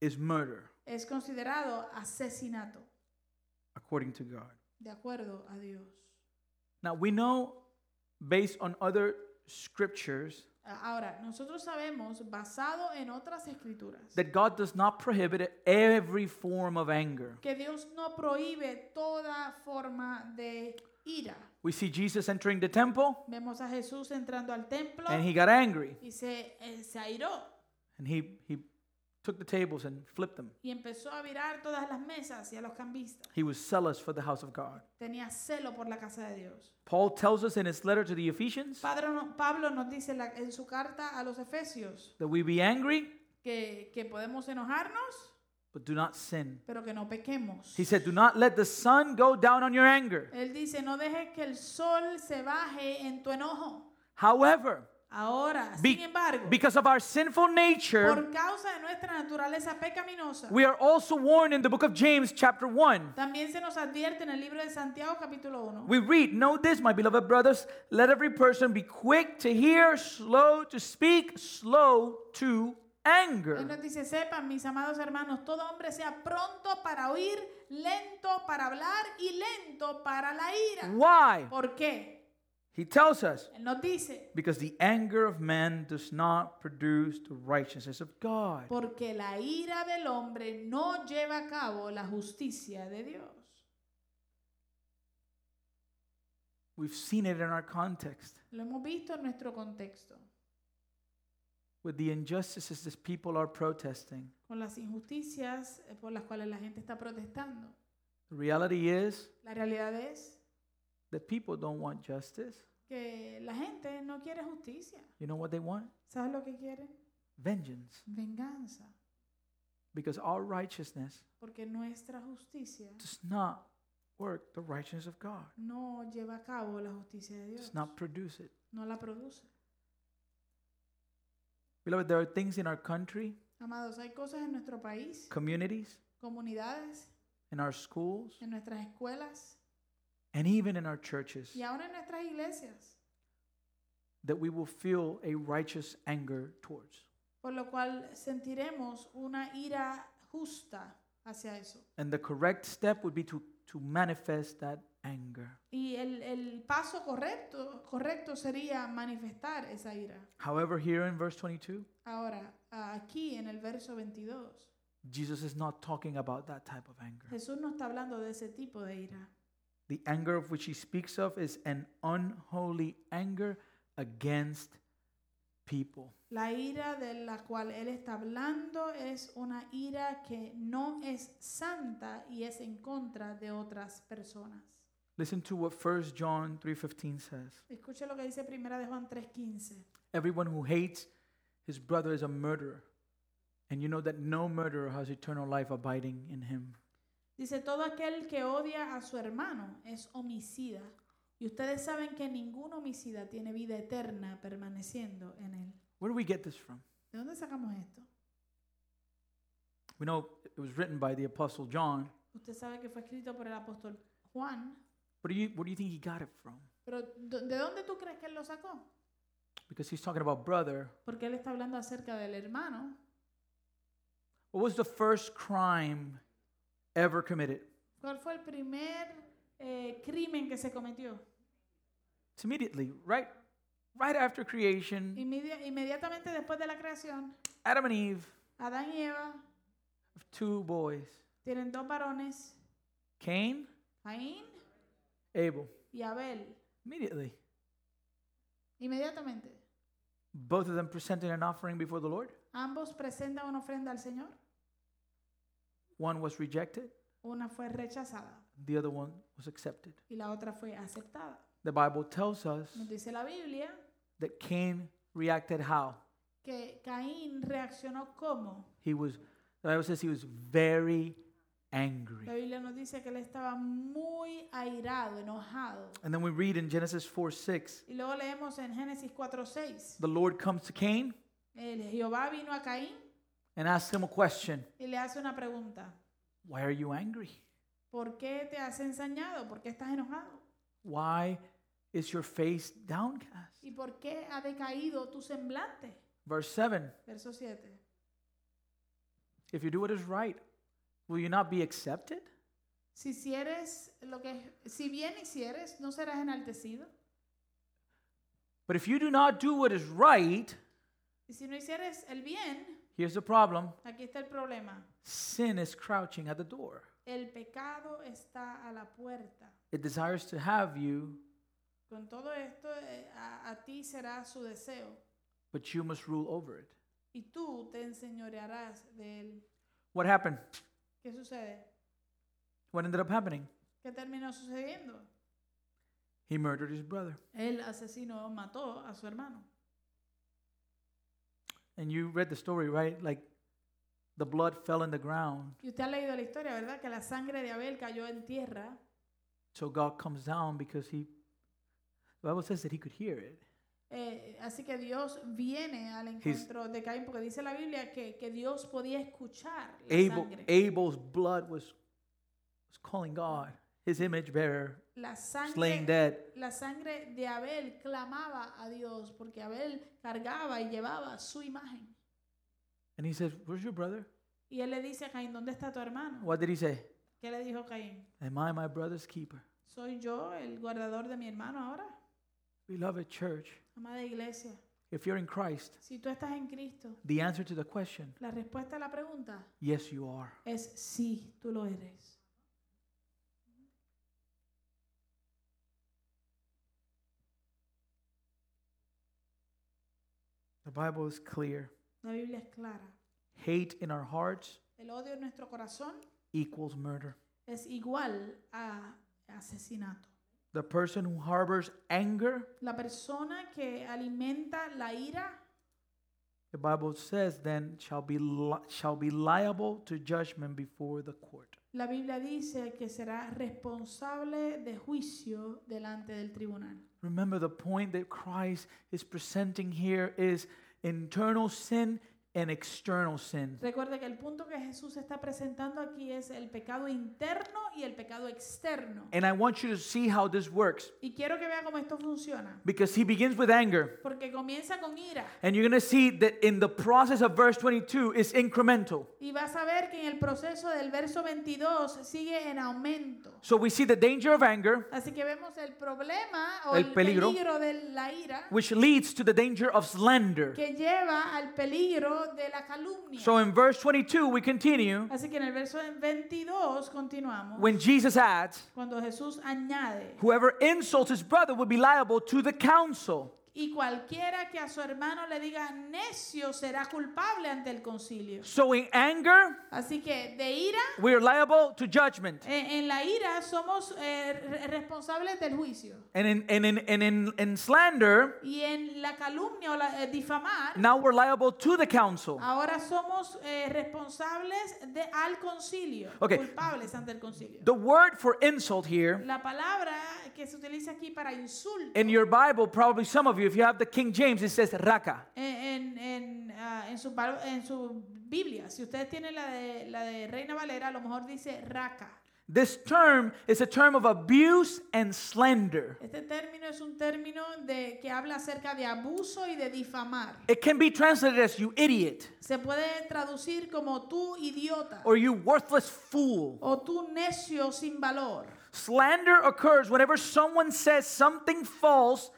is murder,
es considerado asesinato,
according to God.
de acuerdo a Dios.
Now, we know based on other scriptures
A- Ahora, nosotros sabemos, basado en otras escrituras,
that God does not prohibit every form of anger.
que Dios no prohíbe toda forma de ira.
We see Jesus entering the temple
Vemos a Jesús entrando al templo
and he got angry
y se, eh, se airó
and he, he took the tables and flipped them.
y empezó a virar todas las mesas y a los cambistas.
He was zealous for the house of God.
tenía celo por la casa de Dios.
Paul tells us in his letter to the Ephesians
Padre no- Pablo nos dice en la- en su carta a los Efesios
that we be angry
que, que podemos enojarnos,
but do not sin.
pero que no pequemos.
He said, Do not let the sun go down on your anger.
Él dice, no dejes que el sol se baje en tu enojo.
However,
Ahora,
Be-
sin embargo,
because of our sinful nature,
por causa de nuestra naturaleza pecaminosa,
we are also warned in the book of James, chapter 1.
también se nos advierte en el libro de Santiago capítulo 1.
We read, Know this, my beloved brothers, let every person be quick to hear, slow to speak, slow to
Él
anger.
nos dice, sepan, mis amados hermanos, todo hombre sea pronto para oír, lento para hablar y lento para la ira.
Why?
¿Por qué?
He tells us,
Él nos dice,
Because the anger of man does not produce the righteousness of God.
porque la ira del hombre no lleva a cabo la justicia de Dios.
We've seen it in our context
Lo hemos visto en nuestro contexto,
with the injustices that people are protesting.
con las injusticias eh, por las cuales la gente está protestando.
The reality is
La realidad es
that people don't want justice.
que la gente no quiere justicia.
You know what they want?
¿Sabes lo que quieren?
Vengeance.
Venganza,
Because our righteousness
porque nuestra justicia
does not work the righteousness of God,
no lleva a cabo la justicia de Dios,
does not produce it.
no la produce.
Beloved, there are things in our country,
Amados, hay cosas en nuestro país,
communities,
comunidades,
in our schools,
en nuestras escuelas
and even in our churches
y ahora en nuestras iglesias
that we will feel a righteous anger towards.
por lo cual sentiremos una ira justa hacia eso.
And the correct step would be to, to manifest that anger.
Y el, el paso correcto, correcto sería manifestar esa ira.
However, here in verse 22,
Ahora, a- aquí en el verso 22,
Jesus is not talking about that type of anger.
Jesús no está hablando de ese tipo de ira.
The anger of which he speaks of is an unholy anger against people.
La ira de la cual él está hablando es una ira que no es santa y es en contra de otras personas.
Listen to what 1 John 3:15 says.
Escuche lo que dice Primera de Juan 3:15.
Everyone who hates his brother is a murderer. And you know that no murderer has eternal life abiding in him.
Dice, todo aquel que odia a su hermano es homicida. Y ustedes saben que ningún homicida tiene vida eterna permaneciendo en él.
Where do we get this from?
¿De dónde sacamos esto?
We know it was written by the apostle John,
Usted sabe que fue escrito por el apóstol Juan,
What do you what do you think he got it from?
pero ¿dó- ¿de dónde tú crees que él lo sacó?
Because he's talking about brother.
Porque él está hablando acerca del hermano.
What was the first crime ever committed?
¿Cuál fue el primer eh, crimen que se cometió?
It's immediately, right right after creation,
Inmedi- inmediatamente después de la creación,
Adam and Eve
Adán y Eva
of two boys,
tienen dos varones,
Cain,
Caín
Abel.
y Abel.
Immediately.
Inmediatamente.
Both of them presented an offering before the Lord.
Ambos presentan una ofrenda al Señor.
One was rejected,
Una fue rechazada
the other one was accepted.
y la otra fue aceptada.
The Bible tells us
Nos dice la Biblia
that Cain reacted how?
que Caín reaccionó como
He was the Bible says he was very angry.
La Biblia nos dice que él estaba muy airado, enojado.
And then we read in Genesis 4 6,
Y luego leemos en Génesis 4:6.
the Lord comes to Cain
El Jehová vino a Caín
and asks him a question
y le hace una pregunta.
Why are you angry?
¿Por qué te has ensañado? ¿Por qué estás enojado?
Why is your face downcast?
¿Y por qué ha decaído tu semblante?
Verse 7
Verso 7.
If you do what is right, will you not be accepted?
Si hicieres lo que si bien hicieres, no serás enaltecido.
But if you do not do what is right,
Y si no hicieres el bien,
here's the problem
aquí está el problema.
sin is crouching at the door.
El pecado está a la puerta.
It desires to have you,
Con todo esto, eh, a, a ti será su deseo
but you must rule over it.
y tú te enseñorearás de él.
What happened?
¿Qué sucede?
What ended up happening?
¿Qué terminó sucediendo?
He murdered his brother.
El asesino mató a su hermano.
And you read the story, right? Like the blood fell in the ground.
Y usted ha leído la historia, ¿verdad? Que la sangre de Abel cayó en tierra.
So God comes down because he the Bible says that he could hear it.
Eh, así que Dios viene al encuentro de Caín, porque dice la Biblia que, que Dios podía escuchar la
Abel
sangre.
Abel's blood was was calling God, his image bearer,
la
slaying
sangre,
dead.
la sangre de Abel clamaba a Dios, porque Abel cargaba y llevaba su imagen.
And he says, Where's your brother?
Y él le dice a Caín, ¿dónde está tu hermano?
What did he say?
¿Qué le dijo Caín?
Am I my brother's keeper?
¿Soy yo el guardador de mi hermano ahora?
Beloved church,
Amada iglesia,
if you're in Christ,
si tú estás en Cristo,
the answer to the question,
la respuesta a la pregunta
yes, you are.
es sí, tú lo eres.
The Bible is clear.
La Biblia es clara.
Hate in our hearts
El odio en nuestro corazón
equals murder.
es igual a asesinato.
The person who harbors anger,
La persona que alimenta la ira,
the Bible says, then shall be li- shall be liable to judgment before the court.
la Biblia dice que será responsable de juicio delante del tribunal.
Remember the point that Christ is presenting here is internal sin and external sin.
Recuerde que el punto que Jesús está presentando aquí es el pecado interno y el pecado externo.
And I want you to see how this works
Y quiero que vea cómo esto funciona.
because he begins with anger.
Porque comienza con ira.
And you're going to see that in the process of verse 22 is incremental.
Y vas a ver que en el proceso del verso 22 sigue en aumento.
So we see the danger of anger,
Así que vemos el problema o
El
el,
peligro.
peligro. de la ira
which leads to the danger of slander.
que lleva al peligro de la calumnia.
So in verse 22, we continue
Así que en el verso 22 continuamos
when Jesus adds,
cuando Jesús añade
Whoever insults his brother will be liable to the council.
y cualquiera que a su hermano le diga necio será culpable ante el concilio.
So in anger,
Así que de ira
we are liable to judgment.
eh, en la ira somos eh, re- responsables del juicio
And in, and in, and in, in slander,
y en la calumnia o la, eh, difamar
now we're liable to the council.
Ahora somos eh, responsables de al concilio,
Ok.
culpables ante el concilio.
The word for insult here
La palabra que se utiliza aquí para insulto
in your Bible, probably some of you, if you have the King James, it says raka.
eh, en, en, en, ah, en su, pal- en su Biblia, si ustedes tienen la de, la de Reina Valera, a lo mejor dice raca.
This term is a term of abuse and slander.
Este término es un término de, que habla acerca de abuso y de difamar.
It can be translated as you idiot
Se puede traducir como tú idiota
or you worthless fool.
o tú necio sin valor.
Slander occurs whenever someone says something false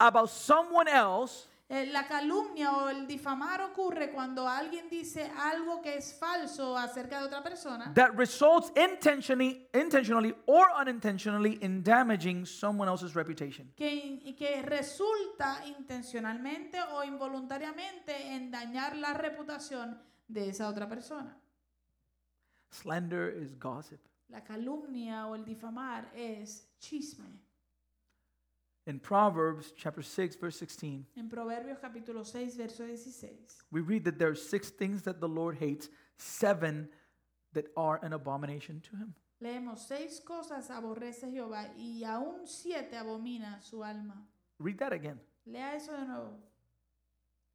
about someone else
Eh, La calumnia o el difamar ocurre cuando alguien dice algo que es falso acerca de otra persona
that results intentionally, intentionally or unintentionally in damaging someone else's reputation.
que, in- y que resulta intencionalmente o involuntariamente en dañar la reputación de esa otra persona.
Slander is gossip.
La calumnia o el difamar es chisme.
In Proverbs chapter 6 verse 16,
En Proverbios capítulo 6, verso 16.
we read that there are six things that the Lord hates, seven that are an abomination to him.
Leemos, seis cosas aborrece Jehová y aún siete abomina su alma.
Read that again.
Lea eso de nuevo,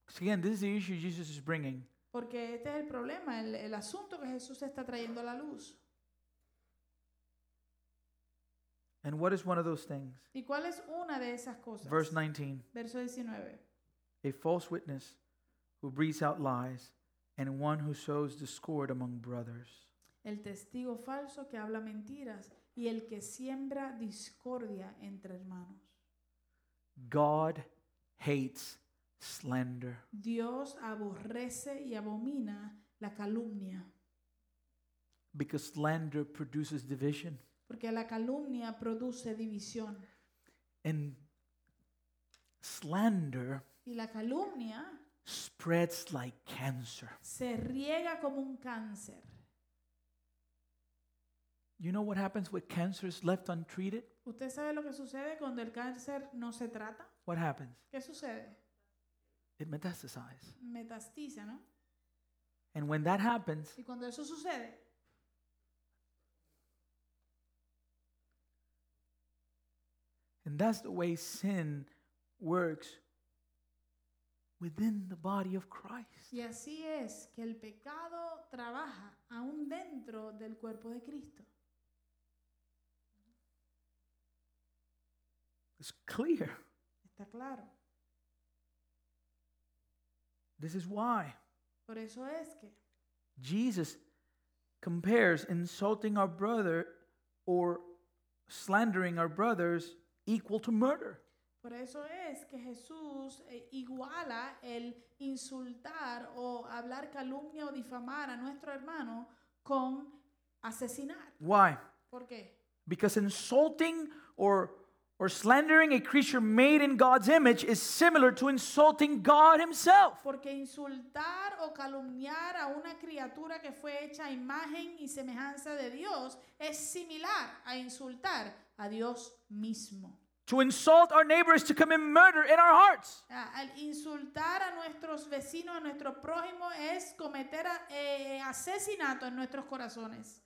'Cause again, this is the issue Jesus is bringing.
porque este es el problema, el, el asunto que Jesús está trayendo a la luz.
And what is one of those things?
¿Y cuál es una de esas cosas?
Verse 19
Verso 19.
a false witness who breathes out lies, and one who sows discord among brothers.
El testigo falso que habla mentiras y el que siembra discordia entre hermanos.
God hates slander.
Dios aborrece y abomina la calumnia,
because slander produces division.
porque la calumnia produce división.
And slander
Y la calumnia
spreads like cancer.
se riega como un cáncer.
You know what happens when cancer is left untreated?
¿Usted sabe lo que sucede cuando el cáncer no se trata?
What happens?
¿Qué sucede?
It metastasizes.
Metastiza, ¿no?
And when that happens,
Y cuando eso sucede,
and that's the way sin works within the body of Christ.
y así es que el pecado trabaja aún dentro del cuerpo de Cristo.
It's clear.
Está claro.
This is why
Por eso es que
Jesus compares insulting our brother or slandering our brothers equal to murder.
Por eso es que Jesús eh, iguala el insultar o hablar calumnia o difamar a nuestro hermano con asesinar.
Why?
¿Por qué?
Because insulting or or slandering a creature made in God's image is similar to insulting God himself.
Porque insultar o calumniar a una criatura que fue hecha a imagen y semejanza de Dios es similar a insultar a Dios mismo.
To insult our neighbor is to commit murder in our hearts.
Ah, Al insultar a nuestros vecinos, a nuestro prójimo, es cometer a- eh, asesinato en nuestros corazones.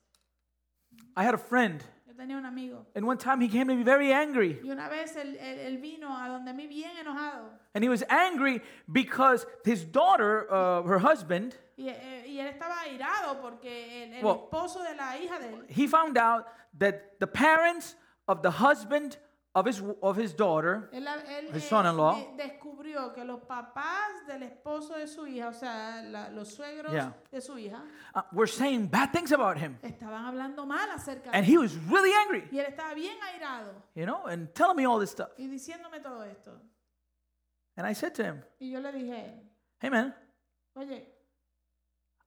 I had a friend,
Yo tenía un amigo
and one time he came to me very angry.
Y una vez él, él- él vino a donde mí bien enojado.
And he was angry because his daughter, uh, her husband,
Y, eh, y él estaba airado porque el, el
Well-
esposo de la hija de él,
he found out that the parents of the husband of his of his daughter
él, él,
His
eh,
son-in-law.
de- descubrió que los papás del esposo de su hija, o sea, la- los suegros
Yeah.
de su hija,
uh, were saying bad things about him,
estaban hablando mal acerca de
and
él.
he was really angry,
Y él estaba bien airado
you know, and telling me all this stuff.
y diciéndome todo esto.
And I said to him,
Y yo le dije,
"Hey, man,
oye,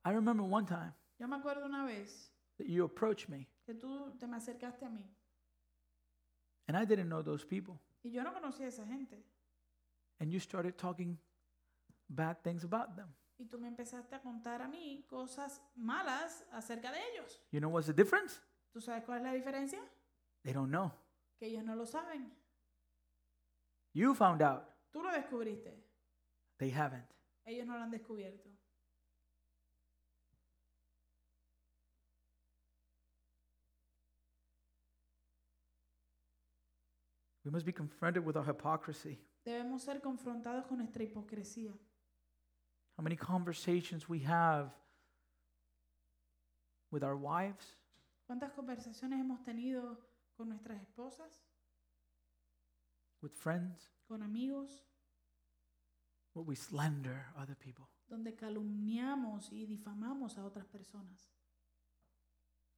I remember one time
yo me acuerdo una vez
that you approached me,
que tú te me acercaste a mí
and I didn't know those people,
y yo no conocía a esa gente.
and you started talking bad things about them.
Y tú me empezaste a contar a mí cosas malas acerca de ellos.
You know what's the difference?
¿Tú sabes cuál es la diferencia?
They don't know.
Que ellos no lo saben.
You found out.
Tú lo descubriste.
They haven't.
Ellos no lo han descubierto.
We must be confronted with our hypocrisy.
Debemos ser confrontados con nuestra hipocresía.
How many conversations we have with our wives,
¿Cuántas conversaciones hemos tenido con nuestras esposas,
with friends,
con amigos,
where we slander other people,
donde calumniamos y difamamos a otras personas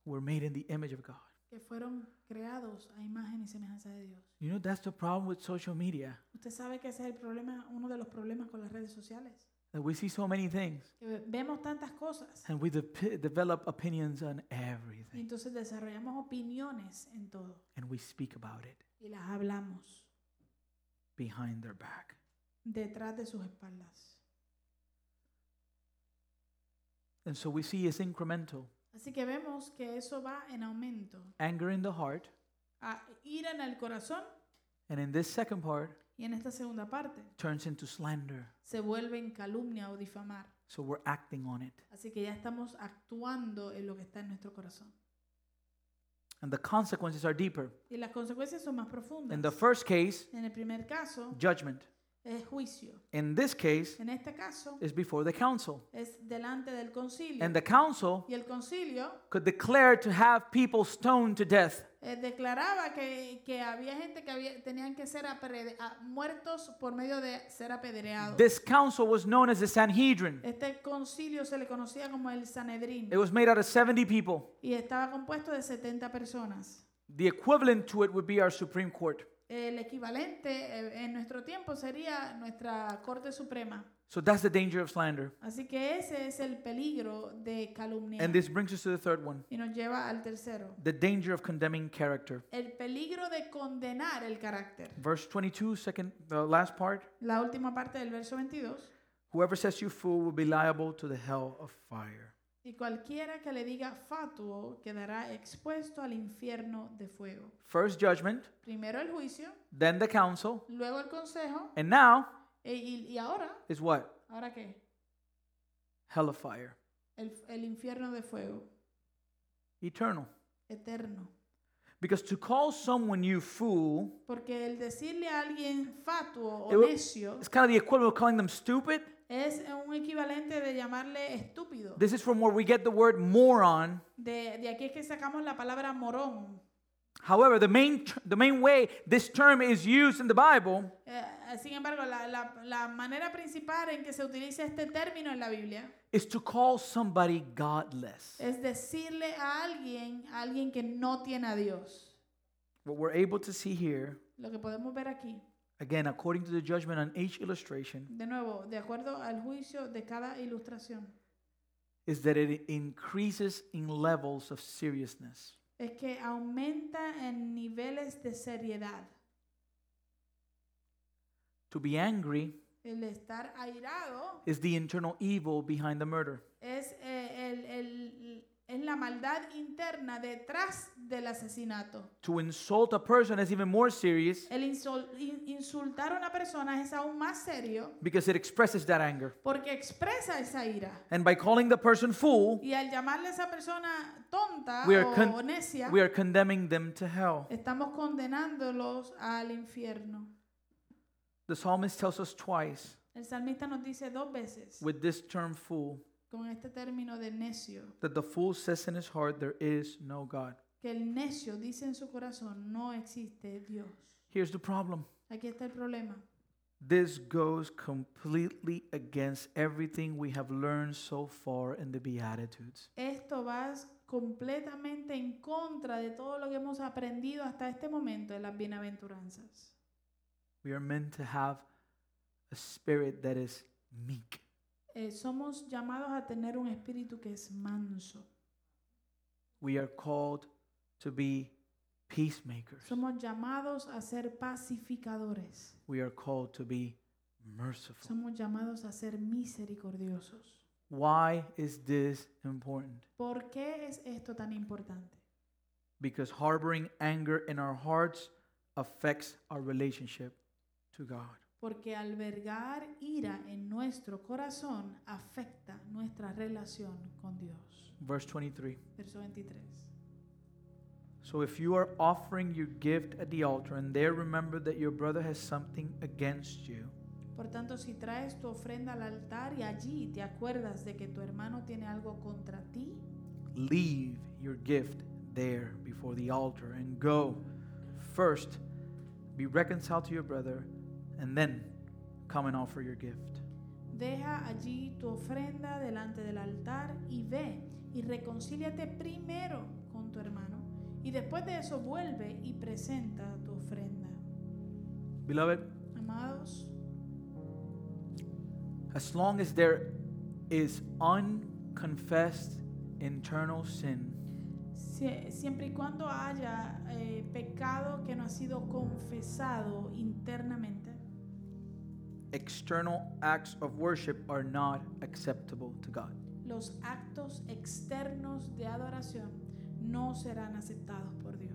who are made in the image of God?
que fueron creados a imagen y semejanza de Dios?
You know, that's the problem with social media,
Usted sabe que ese es el problema, uno de los problemas con las redes sociales.
that we see so many things
Que ve- vemos tantas cosas
and we de- develop opinions on
Y
everything
entonces desarrollamos opiniones en todo
and we speak about it
y las hablamos
behind their back.
detrás de sus espaldas.
And so we see it's incremental
Así que vemos que eso va en aumento.
anger in the heart.
A ira en el corazón
And in this second part,
y en esta segunda parte
turns into slander.
se vuelve en calumnia o difamar.
So we're acting on it.
Así que ya estamos actuando en lo que está en nuestro corazón.
And the consequences are deeper.
Y las consecuencias son más profundas.
In the first case,
En el primer caso
judgment.
es juicio.
In this case,
En este caso
is before the council.
es delante del concilio.
And the council
Y el concilio
could declare to have people stoned to death.
eh, declaraba que, que había gente que había, tenían que ser apedre- a- muertos por medio de ser apedreados.
This council was known as the Sanhedrin.
Este concilio se le conocía como el Sanedrín
It was made out of 70 people.
y estaba compuesto de 70 personas.
The equivalent to it would be our Supreme Court.
El equivalente eh, en nuestro tiempo sería nuestra Corte Suprema.
So that's the danger of slander.
Así que ese es el peligro de calumniar.
And this brings us to the third one
Y nos lleva al tercero.
the danger of condemning character.
El peligro de condenar el carácter.
Verse 22, second, the last part.
La última parte del verso 22.
Whoever says you fool will be liable to the hell of fire.
Y cualquiera que le diga fatuo quedará expuesto al infierno de fuego.
First judgment,
Primero el juicio,
then the council,
luego el consejo.
and now
E- y, y ahora,
is what?
¿ahora qué?
Hell of fire.
El, el infierno de fuego
Eternal.
eterno.
Because to call someone you fool
Porque el decirle a alguien fatuo
It
o
will-
necio
is kind of the equivalent of calling them stupid.
es un equivalente de llamarle estúpido.
This is from where we get the word moron.
De, de aquí es que sacamos la palabra morón.
However, the main, tr- the main way this term is used in the Bible
Eh, sin embargo, la, la- la manera principal en que se utiliza este término en la Biblia
is to call somebody godless.
es decirle a alguien, a alguien que no tiene a Dios.
What we're able to see here,
Lo que podemos ver aquí,
again, according to the judgment on each illustration,
de nuevo, de acuerdo al juicio de cada ilustración,
is that it increases in levels of seriousness.
es que aumenta en niveles de seriedad.
To be angry
El estar airado
is the internal evil behind the murder.
es, eh, el- el- es la maldad interna detrás del asesinato.
To insult a person is even more serious
El insol- in- insultar a una persona es aún más serio
because it expresses that anger.
porque expresa esa ira.
And by calling the person fool,
Y al llamarle a esa persona tonta
We are
o
con-
necia,
we are condemning them to hell.
estamos condenándolos al infierno.
The psalmist tells us twice
El salmista nos dice dos veces
with this term fool
con este término de necio,
that the fool says in his heart, There is no God.
que el necio dice en su corazón, no existe Dios.
Here's the problem
Aquí está el problema.
this goes completely against everything we have learned so far in the Beatitudes.
Esto va completamente en contra de todo lo que hemos aprendido hasta este momento en las bienaventuranzas.
We are meant to have a spirit that is meek.
Eh, somos llamados a tener un espíritu que es manso.
We are called to be peacemakers,
Somos llamados a ser pacificadores.
we are called to be merciful.
Somos llamados a ser misericordiosos.
Why is this important?
¿Por qué es esto tan importante?
because harboring anger in our hearts affects our relationship to God.
Porque albergar ira en nuestro corazón afecta nuestra relación con Dios.
Verse 23.
Verso 23.
So if you are offering your gift at the altar and there remember that your brother has something against you,
Por tanto, si traes tu ofrenda al altar y allí te acuerdas de que tu hermano tiene algo contra ti,
leave your gift there before the altar and go first be reconciled to your brother and then come and offer your gift.
Deja allí tu ofrenda delante del altar y ve y reconcíliate primero con tu hermano. Y después de eso vuelve y presenta tu ofrenda.
Beloved,
Amados,
as long as there is unconfessed internal sin,
sie- siempre y cuando haya eh, pecado que no ha sido confesado internamente,
external acts of worship are not acceptable to God.
los actos externos de adoración no serán aceptados por Dios.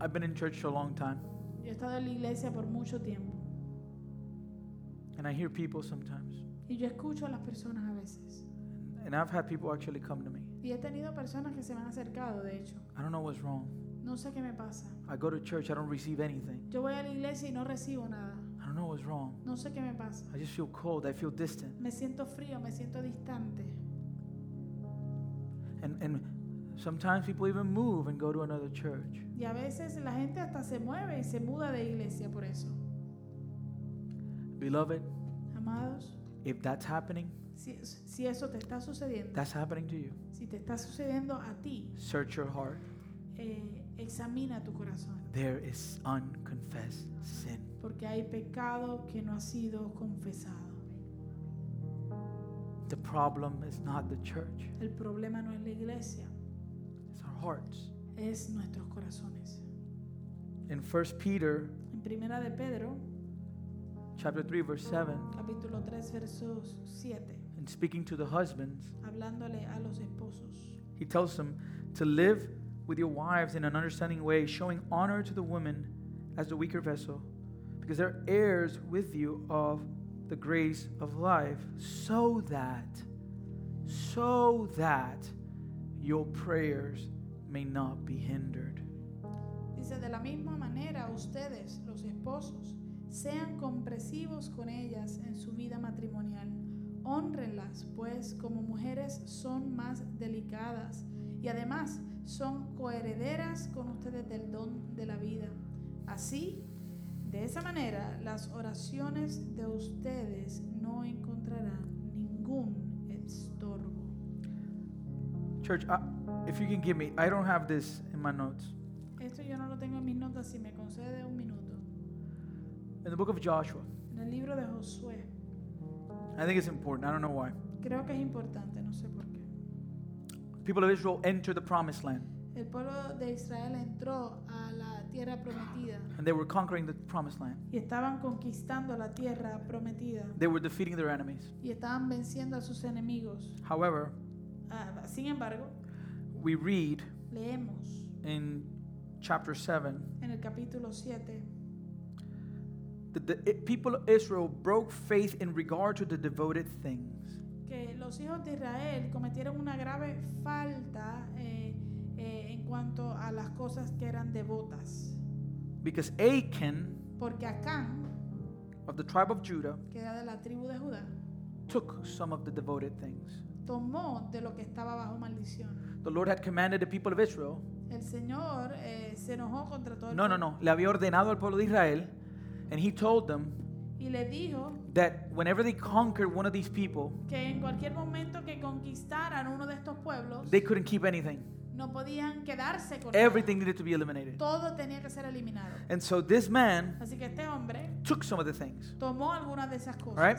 I've been in church for a long time,
Yo he estado en la iglesia por mucho tiempo
And I hear people sometimes,
Y yo escucho a las personas a veces.
and I've had people actually come to me.
Y he tenido personas que se me han acercado, de hecho.
I don't know what's wrong.
No sé qué me pasa.
I go to church, I don't receive anything.
Yo voy a la iglesia y no recibo nada.
I don't know what's wrong.
No sé qué me pasa.
I just feel cold, I feel distant.
Me siento frío, me siento distante.
And, and sometimes people even move and go to another church.
Y a veces la gente hasta se mueve y se muda de iglesia por eso.
Beloved,
Amados,
if that's happening,
si, si eso te está sucediendo,
that's happening to you.
si te está sucediendo a ti,
Search your heart.
eh, examina tu corazón.
There is unconfessed sin.
Porque hay pecado que no ha sido confesado.
The problem is not the church,
El problema no es la iglesia,
it's our hearts.
es nuestros corazones.
In 1 Peter
En primera de Pedro,
chapter 3 verse 7,
capítulo 3, verso 7,
in speaking to the husbands,
hablándole a los esposos.
he tells them to live with your wives in an understanding way, showing honor to the woman as the weaker vessel, because they're heirs with you of the grace of life, so that so that your prayers may not be hindered.
Dice, de la misma manera ustedes, los esposos, sean comprensivos con ellas en su vida matrimonial. Honrenlas, pues como mujeres son más delicadas y además son coherederas con ustedes del don de la vida. Así, de esa manera, las oraciones de ustedes no encontrarán ningún estorbo.
Church, I, if you can give me, I don't have this in my notes.
Esto yo no lo tengo en mis notas, si me concede un minuto.
In the book of Joshua,
En el libro de Josué,
I think it's important. I don't know why.
creo que es importante, no sé por qué.
People of Israel enter the promised land
El pueblo de Israel entró a la tierra prometida
and they were conquering the promised land.
y estaban conquistando la tierra prometida
They were defeating their enemies.
y estaban venciendo a sus enemigos.
However,
Ah, sin embargo,
we read
leemos
in chapter 7
en el capítulo 7
that the I- people of Israel broke faith in regard to the devoted things.
que los hijos de Israel cometieron una grave falta eh, eh, en cuanto a las cosas que eran devotas.
Because Achan
Porque Acán,
of the tribe of Judah
que era de la tribu de Judá,
took some of the devoted things.
tomó de lo que estaba bajo maldición.
The Lord had commanded the people of Israel.
El Señor eh, se enojó contra todo el
No, no, no.
pueblo
Le había ordenado al pueblo de Israel, and he told them
y le dijo
that whenever they conquered one of these people,
que en cualquier momento que conquistaran uno de estos pueblos,
they couldn't keep anything.
no podían quedarse con nada.
Everything needed to be eliminated.
Todo tenía que ser eliminado.
And so this man
Así que este hombre
took some of the things.
tomó algunas de esas cosas.
Right.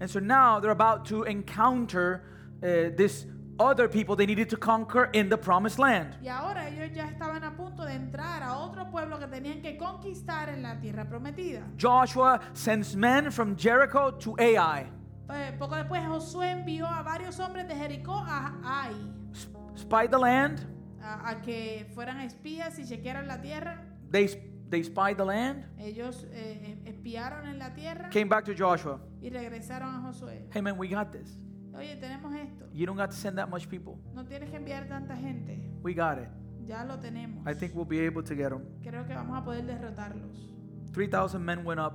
And so now they're about to encounter uh, this other people they needed to conquer in the promised land.
Y ahora ellos ya estaban a punto de entrar a otro pueblo que tenían que conquistar en la tierra prometida.
Joshua sends men from Jericho to Ai,
Eh, poco después Josué envió a varios hombres de Jericó a Ai
sp- spy the land.
a, a que fueran espías y chequearan la tierra.
They, sp- they spied the land,
Ellos eh, eh, espiaron en la tierra
came back to Joshua.
y regresaron a Josué.
Hey man, we got this.
Oye, tenemos esto.
You don't got to send that much people.
No tienes que enviar tanta gente.
We got it.
Ya lo tenemos.
I think we'll be able to get them.
Creo que vamos a poder derrotarlos.
3,000 men went up,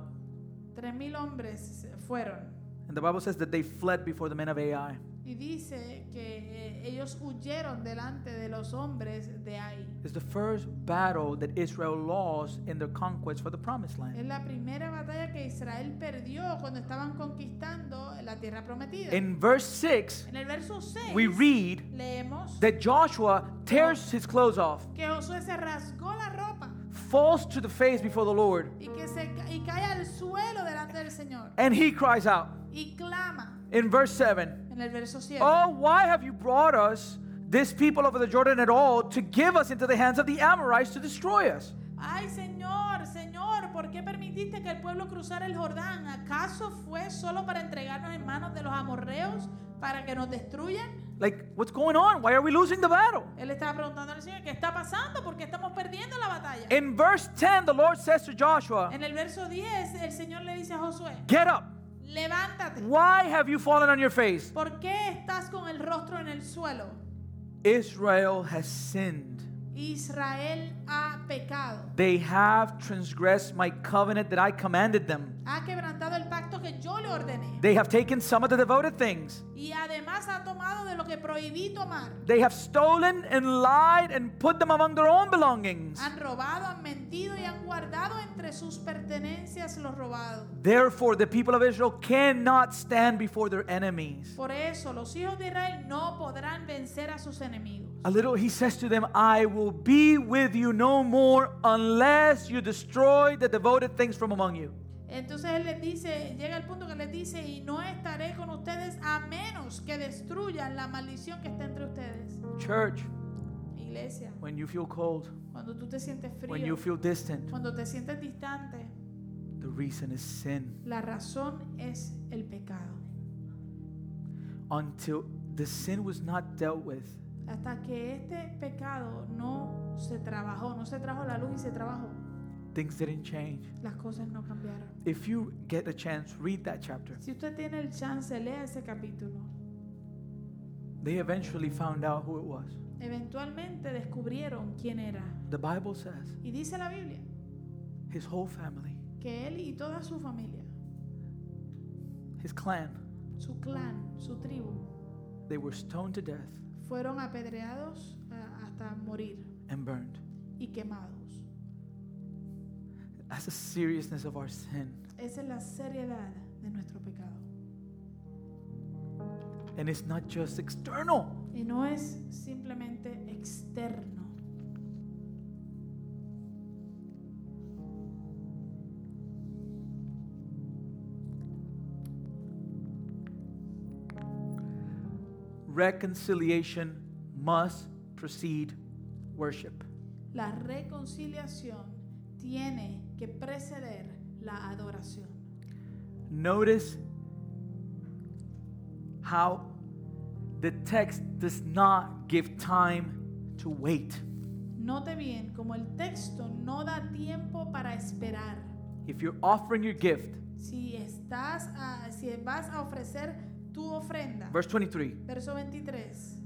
Tres mil hombres se fueron.
and the Bible says that they fled before the men of Ai.
Y dice que eh, ellos huyeron delante de los hombres de Ai.
It's the first battle that Israel lost in their conquest for the promised land.
Es la primera batalla que Israel perdió cuando estaban conquistando la tierra prometida.
In verse 6,
en el verso 6
we read
leemos
that Joshua tears his clothes off,
que Josué se rasgó la ropa
falls to the face before the Lord,
y que se ca- y cae al suelo delante del Señor
and he cries out
y clama
in verse 7
en el verso 7.
Oh, why have you brought us, this people over the Jordan, at all to give us into the hands of the Amorites to destroy us?
Ay, Señor, Señor, ¿por qué permitiste que el pueblo cruzara el Jordán? ¿Acaso fue solo para entregarnos en manos de los amorreos para que nos destruyan?
Like, what's going on? Why are we losing the battle?
Él estaba preguntando al Señor, ¿qué está pasando? ¿Por qué estamos perdiendo la batalla?
In verse 10, the Lord says to Joshua,
En el verso 10, el Señor le dice a Josué,
Get up,
levántate.
Why have you fallen on your face?
¿Por qué estás con el rostro en el suelo?
Israel has sinned.
Israel ha pecado.
They have transgressed my covenant that I commanded them.
Ha quebrantado el pacto que yo le ordené.
They have taken some of the devoted things.
Y además ha tomado de lo que prohibí tomar.
They have stolen and lied and put them among their own belongings.
Han robado, han mentido y han guardado entre sus pertenencias lo robado.
Therefore, the people of Israel cannot stand before their enemies.
Por eso los hijos de Israel no podrán vencer a sus enemigos.
A little, he says to them, I will be with you no more unless you destroy the devoted things from among you.
Entonces él les dice, llega el punto que les dice, y no estaré con ustedes a menos que destruyan la maldición que está entre ustedes.
Church,
Iglesia,
when you feel cold,
cuando tú te sientes
when you feel
frío,
distant,
cuando te sientes distante,
the reason is sin.
la razón es el pecado.
Until the sin was not dealt with,
Hasta que este pecado no se trabajó, no se trajo a la luz y se trabajó,
things didn't change.
las cosas no cambiaron.
If you get a chance, read that chapter.
Si usted tiene el chance, lea ese capítulo.
They eventually found out who it was.
Eventualmente descubrieron quién era.
The Bible says
Y dice la Biblia
his whole family,
que él y toda su familia,
his clan,
su clan, su tribu,
they were stoned to death
fueron apedreados a- hasta morir
and burned.
y quemados.
That's the seriousness of our sin.
Esa es la seriedad de nuestro pecado.
And it's not just external,
Y no es simplemente externo,
reconciliation must precede worship.
La reconciliación tiene que preceder la adoración.
Notice how the text does not give time to wait.
Note bien como el texto no da tiempo para esperar.
If you're offering your gift,
Si estás a- si vas a ofrecer tu ofrenda.
verse 23,
Verso 23.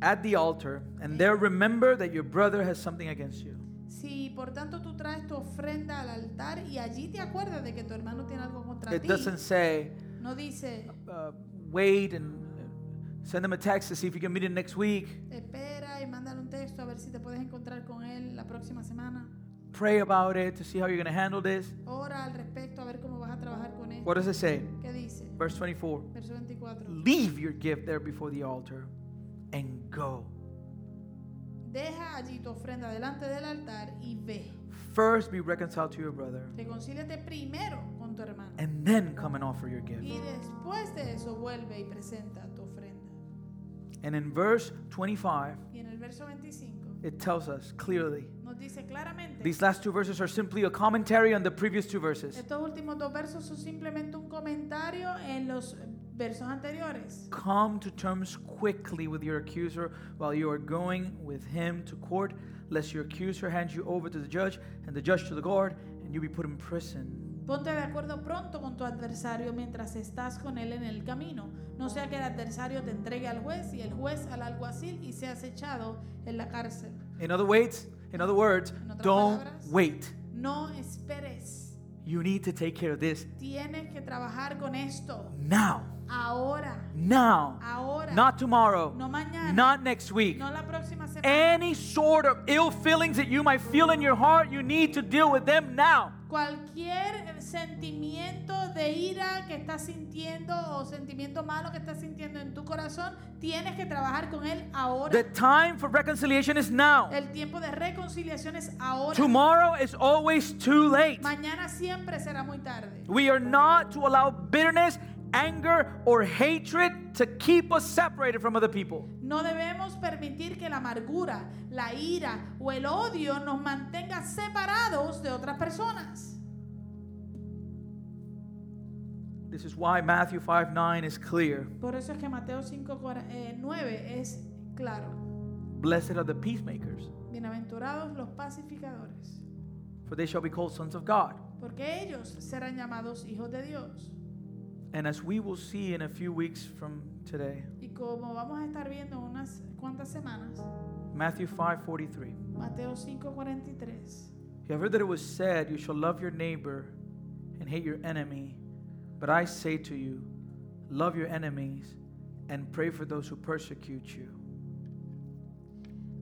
at the altar, and there remember that your brother has something against you.
Si por tanto tú traes tu ofrenda al altar y allí te acuerdas de que tu hermano tiene algo contra
It
ti,
doesn't say,
no dice
uh, wait and uh, send them a text to see if you can meet him next week.
espera y mándale un texto a ver si te puedes encontrar con él la próxima semana.
Pray about it to see how you're going to handle this.
Ora al respecto a ver cómo vas a trabajar con él.
What does it say?
¿Qué dice?
Verse 24
Verso 24.
Leave your gift there before the altar and go.
Deja allí tu ofrenda delante del altar y ve.
First be reconciled to your brother,
Reconcíliate primero con tu hermano.
and then come and offer your gift.
Y después de eso vuelve y presenta tu ofrenda.
And in verse 25,
Y en el verso 25
it tells us clearly.
nos dice claramente.
These last two verses are simply a commentary on the previous two verses.
Estos últimos dos versos son simplemente un comentario en los versos anteriores.
Come to terms quickly with your accuser while you are going with him to court, lest your accuser hands you over to the judge and the judge to the guard, and you be put in prison.
Ponte de acuerdo pronto con tu adversario mientras estás con él en el camino. No sea que el adversario te entregue al juez y el juez al alguacil y seas echado en la cárcel.
In other words, in other words,
En otras
don't
palabras,
wait.
No esperes.
You need to take care of this
Tienes que trabajar con esto
now.
ahora,
Now.
ahora,
Not tomorrow.
no mañana,
Not next week.
no la próxima semana.
Any sort of ill feelings that you might feel in your heart, you need to deal with them now.
Cualquier sentimiento de ira que estás sintiendo o sentimiento malo que estás sintiendo en tu corazón, tienes que trabajar con él ahora.
The time for reconciliation is now.
El tiempo de reconciliación es ahora.
Tomorrow is always too late.
Mañana siempre será muy tarde.
We are not to allow bitterness, anger, or hatred to keep us separated from other people.
No debemos permitir que la amargura, la ira o el odio nos mantenga separados de otras personas.
This is why Matthew 5 9 is clear.
Por eso es que Mateo 5, cuara- eh, 9 es claro.
Blessed are the peacemakers,
Bienaventurados los pacificadores.
for they shall be called sons of God.
porque ellos serán llamados hijos de Dios.
And as we will see in a few weeks from today,
Y como vamos a estar viendo en unas cuantas semanas,
Matthew 5:43.
Mateo 5:43.
You have heard that it was said, You shall love your neighbor and hate your enemy. But I say to you, love your enemies and pray for those who persecute you.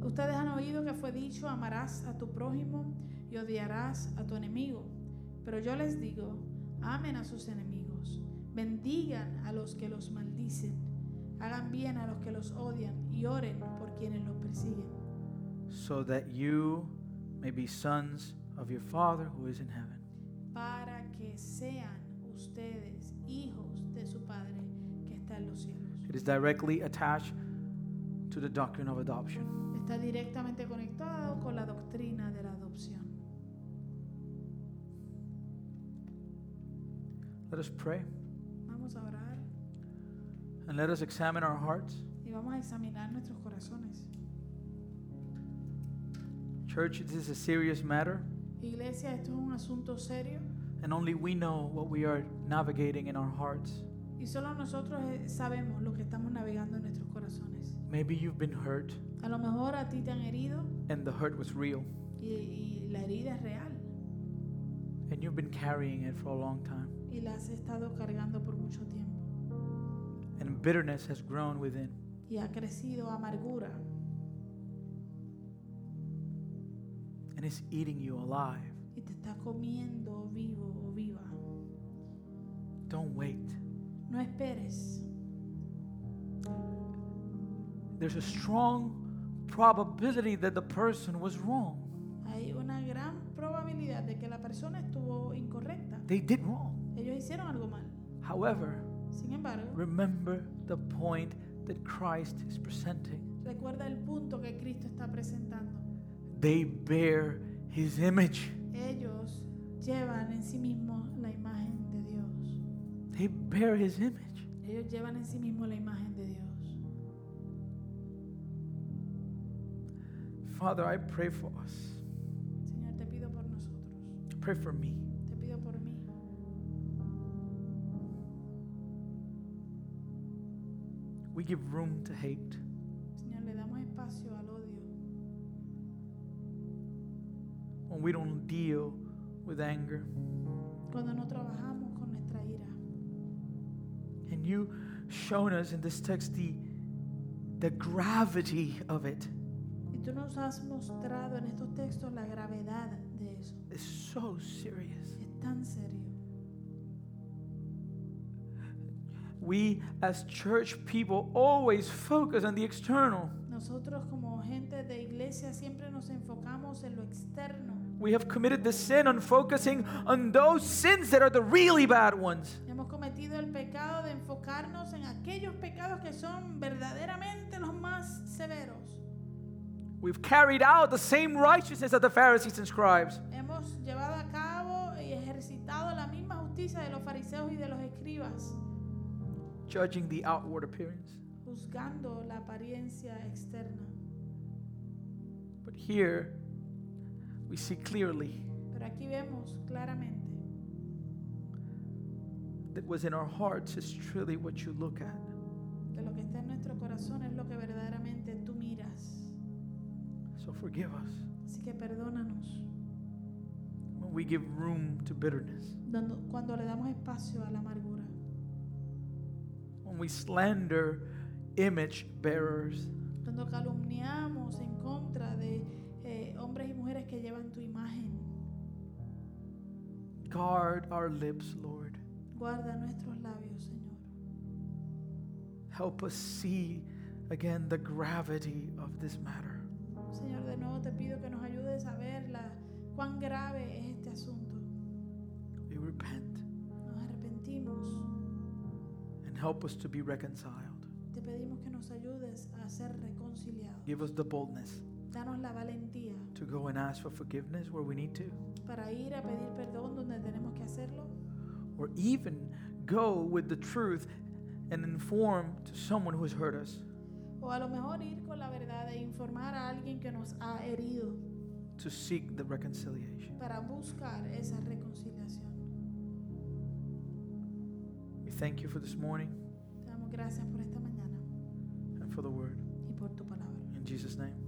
Ustedes han oído que fue dicho, amarás a tu prójimo y odiarás a tu enemigo. Pero yo les digo, amen a sus enemigos, bendigan a los que los maldicen, hagan bien a los que los odian y oren por quienes los persiguen,
so that you may be sons of your Father who is in heaven.
para que sean ustedes hijos de su Padre que está en los cielos.
It is directly attached to the doctrine of adoption.
Está directamente conectado con la doctrina de la adopción.
Let us pray
Vamos a orar
and let us examine our hearts.
y vamos a examinar nuestros corazones.
Church, this is a serious matter,
Iglesia, esto es un asunto serio
and only we know what we are navigating in our hearts.
y solo nosotros eh, sabemos lo que estamos navegando en nuestros corazones.
Maybe you've been hurt,
A lo mejor a ti te han herido
and the hurt was real,
y, y la herida es real
and you've been carrying it for a long time,
y la has estado cargando por mucho tiempo
and bitterness has grown within.
y ha crecido amargura
And it's eating you alive.
y te está comiendo vivo o viva.
Don't wait.
No esperes.
There's a strong probability that the person was wrong.
Hay una gran probabilidad de que la persona estuvo incorrecta.
They did wrong.
Ellos hicieron algo mal.
However,
Sin embargo,
remember the point that Christ is presenting.
recuerda el punto que Cristo está presentando.
They bear his image,
Ellos llevan en sí mismos la imagen de Dios.
they bear his image.
Ellos llevan en sí mismos la imagen de Dios.
Father, I pray for us.
Señor, te pido por nosotros.
Pray for me.
Te pido por mí.
We give room to hate.
Señor, le damos espacio al odio
When we don't deal with anger,
cuando no trabajamos con nuestra ira.
and you shown us in this text the the gravity of it
Y tú nos has mostrado en estos textos la gravedad de eso.
is so serious.
Es tan serio.
We as church people always focus on the external.
Nosotros como gente de iglesia siempre nos enfocamos en lo externo.
We have committed the sin on focusing on those sins that are the really bad ones.
Hemos cometido el pecado de enfocarnos en aquellos pecados que son verdaderamente los más severos.
We've carried out the same righteousness that the Pharisees and scribes.
Hemos llevado a cabo y ejercitado la misma justicia de los fariseos y de los escribas,
judging the outward appearance.
juzgando la apariencia externa.
But here, we see clearly
Pero aquí vemos claramente
that what's in our hearts is truly what you look at.
que lo que está en nuestro corazón es lo que verdaderamente tú miras.
So forgive us
Así que perdónanos
when we give room to bitterness,
dando- cuando le damos espacio a la amargura,
when we slander image bearers,
cuando calumniamos en contra de eh, hombres y mujeres que llevan tu imagen.
guard our lips, Lord.
Guarda nuestros labios, Señor.
Help us see again the gravity of this matter.
Señor, de nuevo te pido que nos ayudes a ver la, cuán grave es este asunto.
We repent
Nos arrepentimos.
and help us to be reconciled.
Te pedimos que nos ayudes a ser reconciliados.
Give us the boldness
Danos la valentía
to go and ask for forgiveness where we need to,
para ir a pedir perdón donde tenemos que hacerlo
or even go with the truth and inform to someone who has hurt us.
o a lo mejor ir con la verdad e informar a alguien que nos ha herido
to seek the reconciliation.
para buscar esa reconciliación.
We We thank you for this morning
Te damos gracias por esta mañana
and for the word.
y por tu palabra.
In Jesus' name.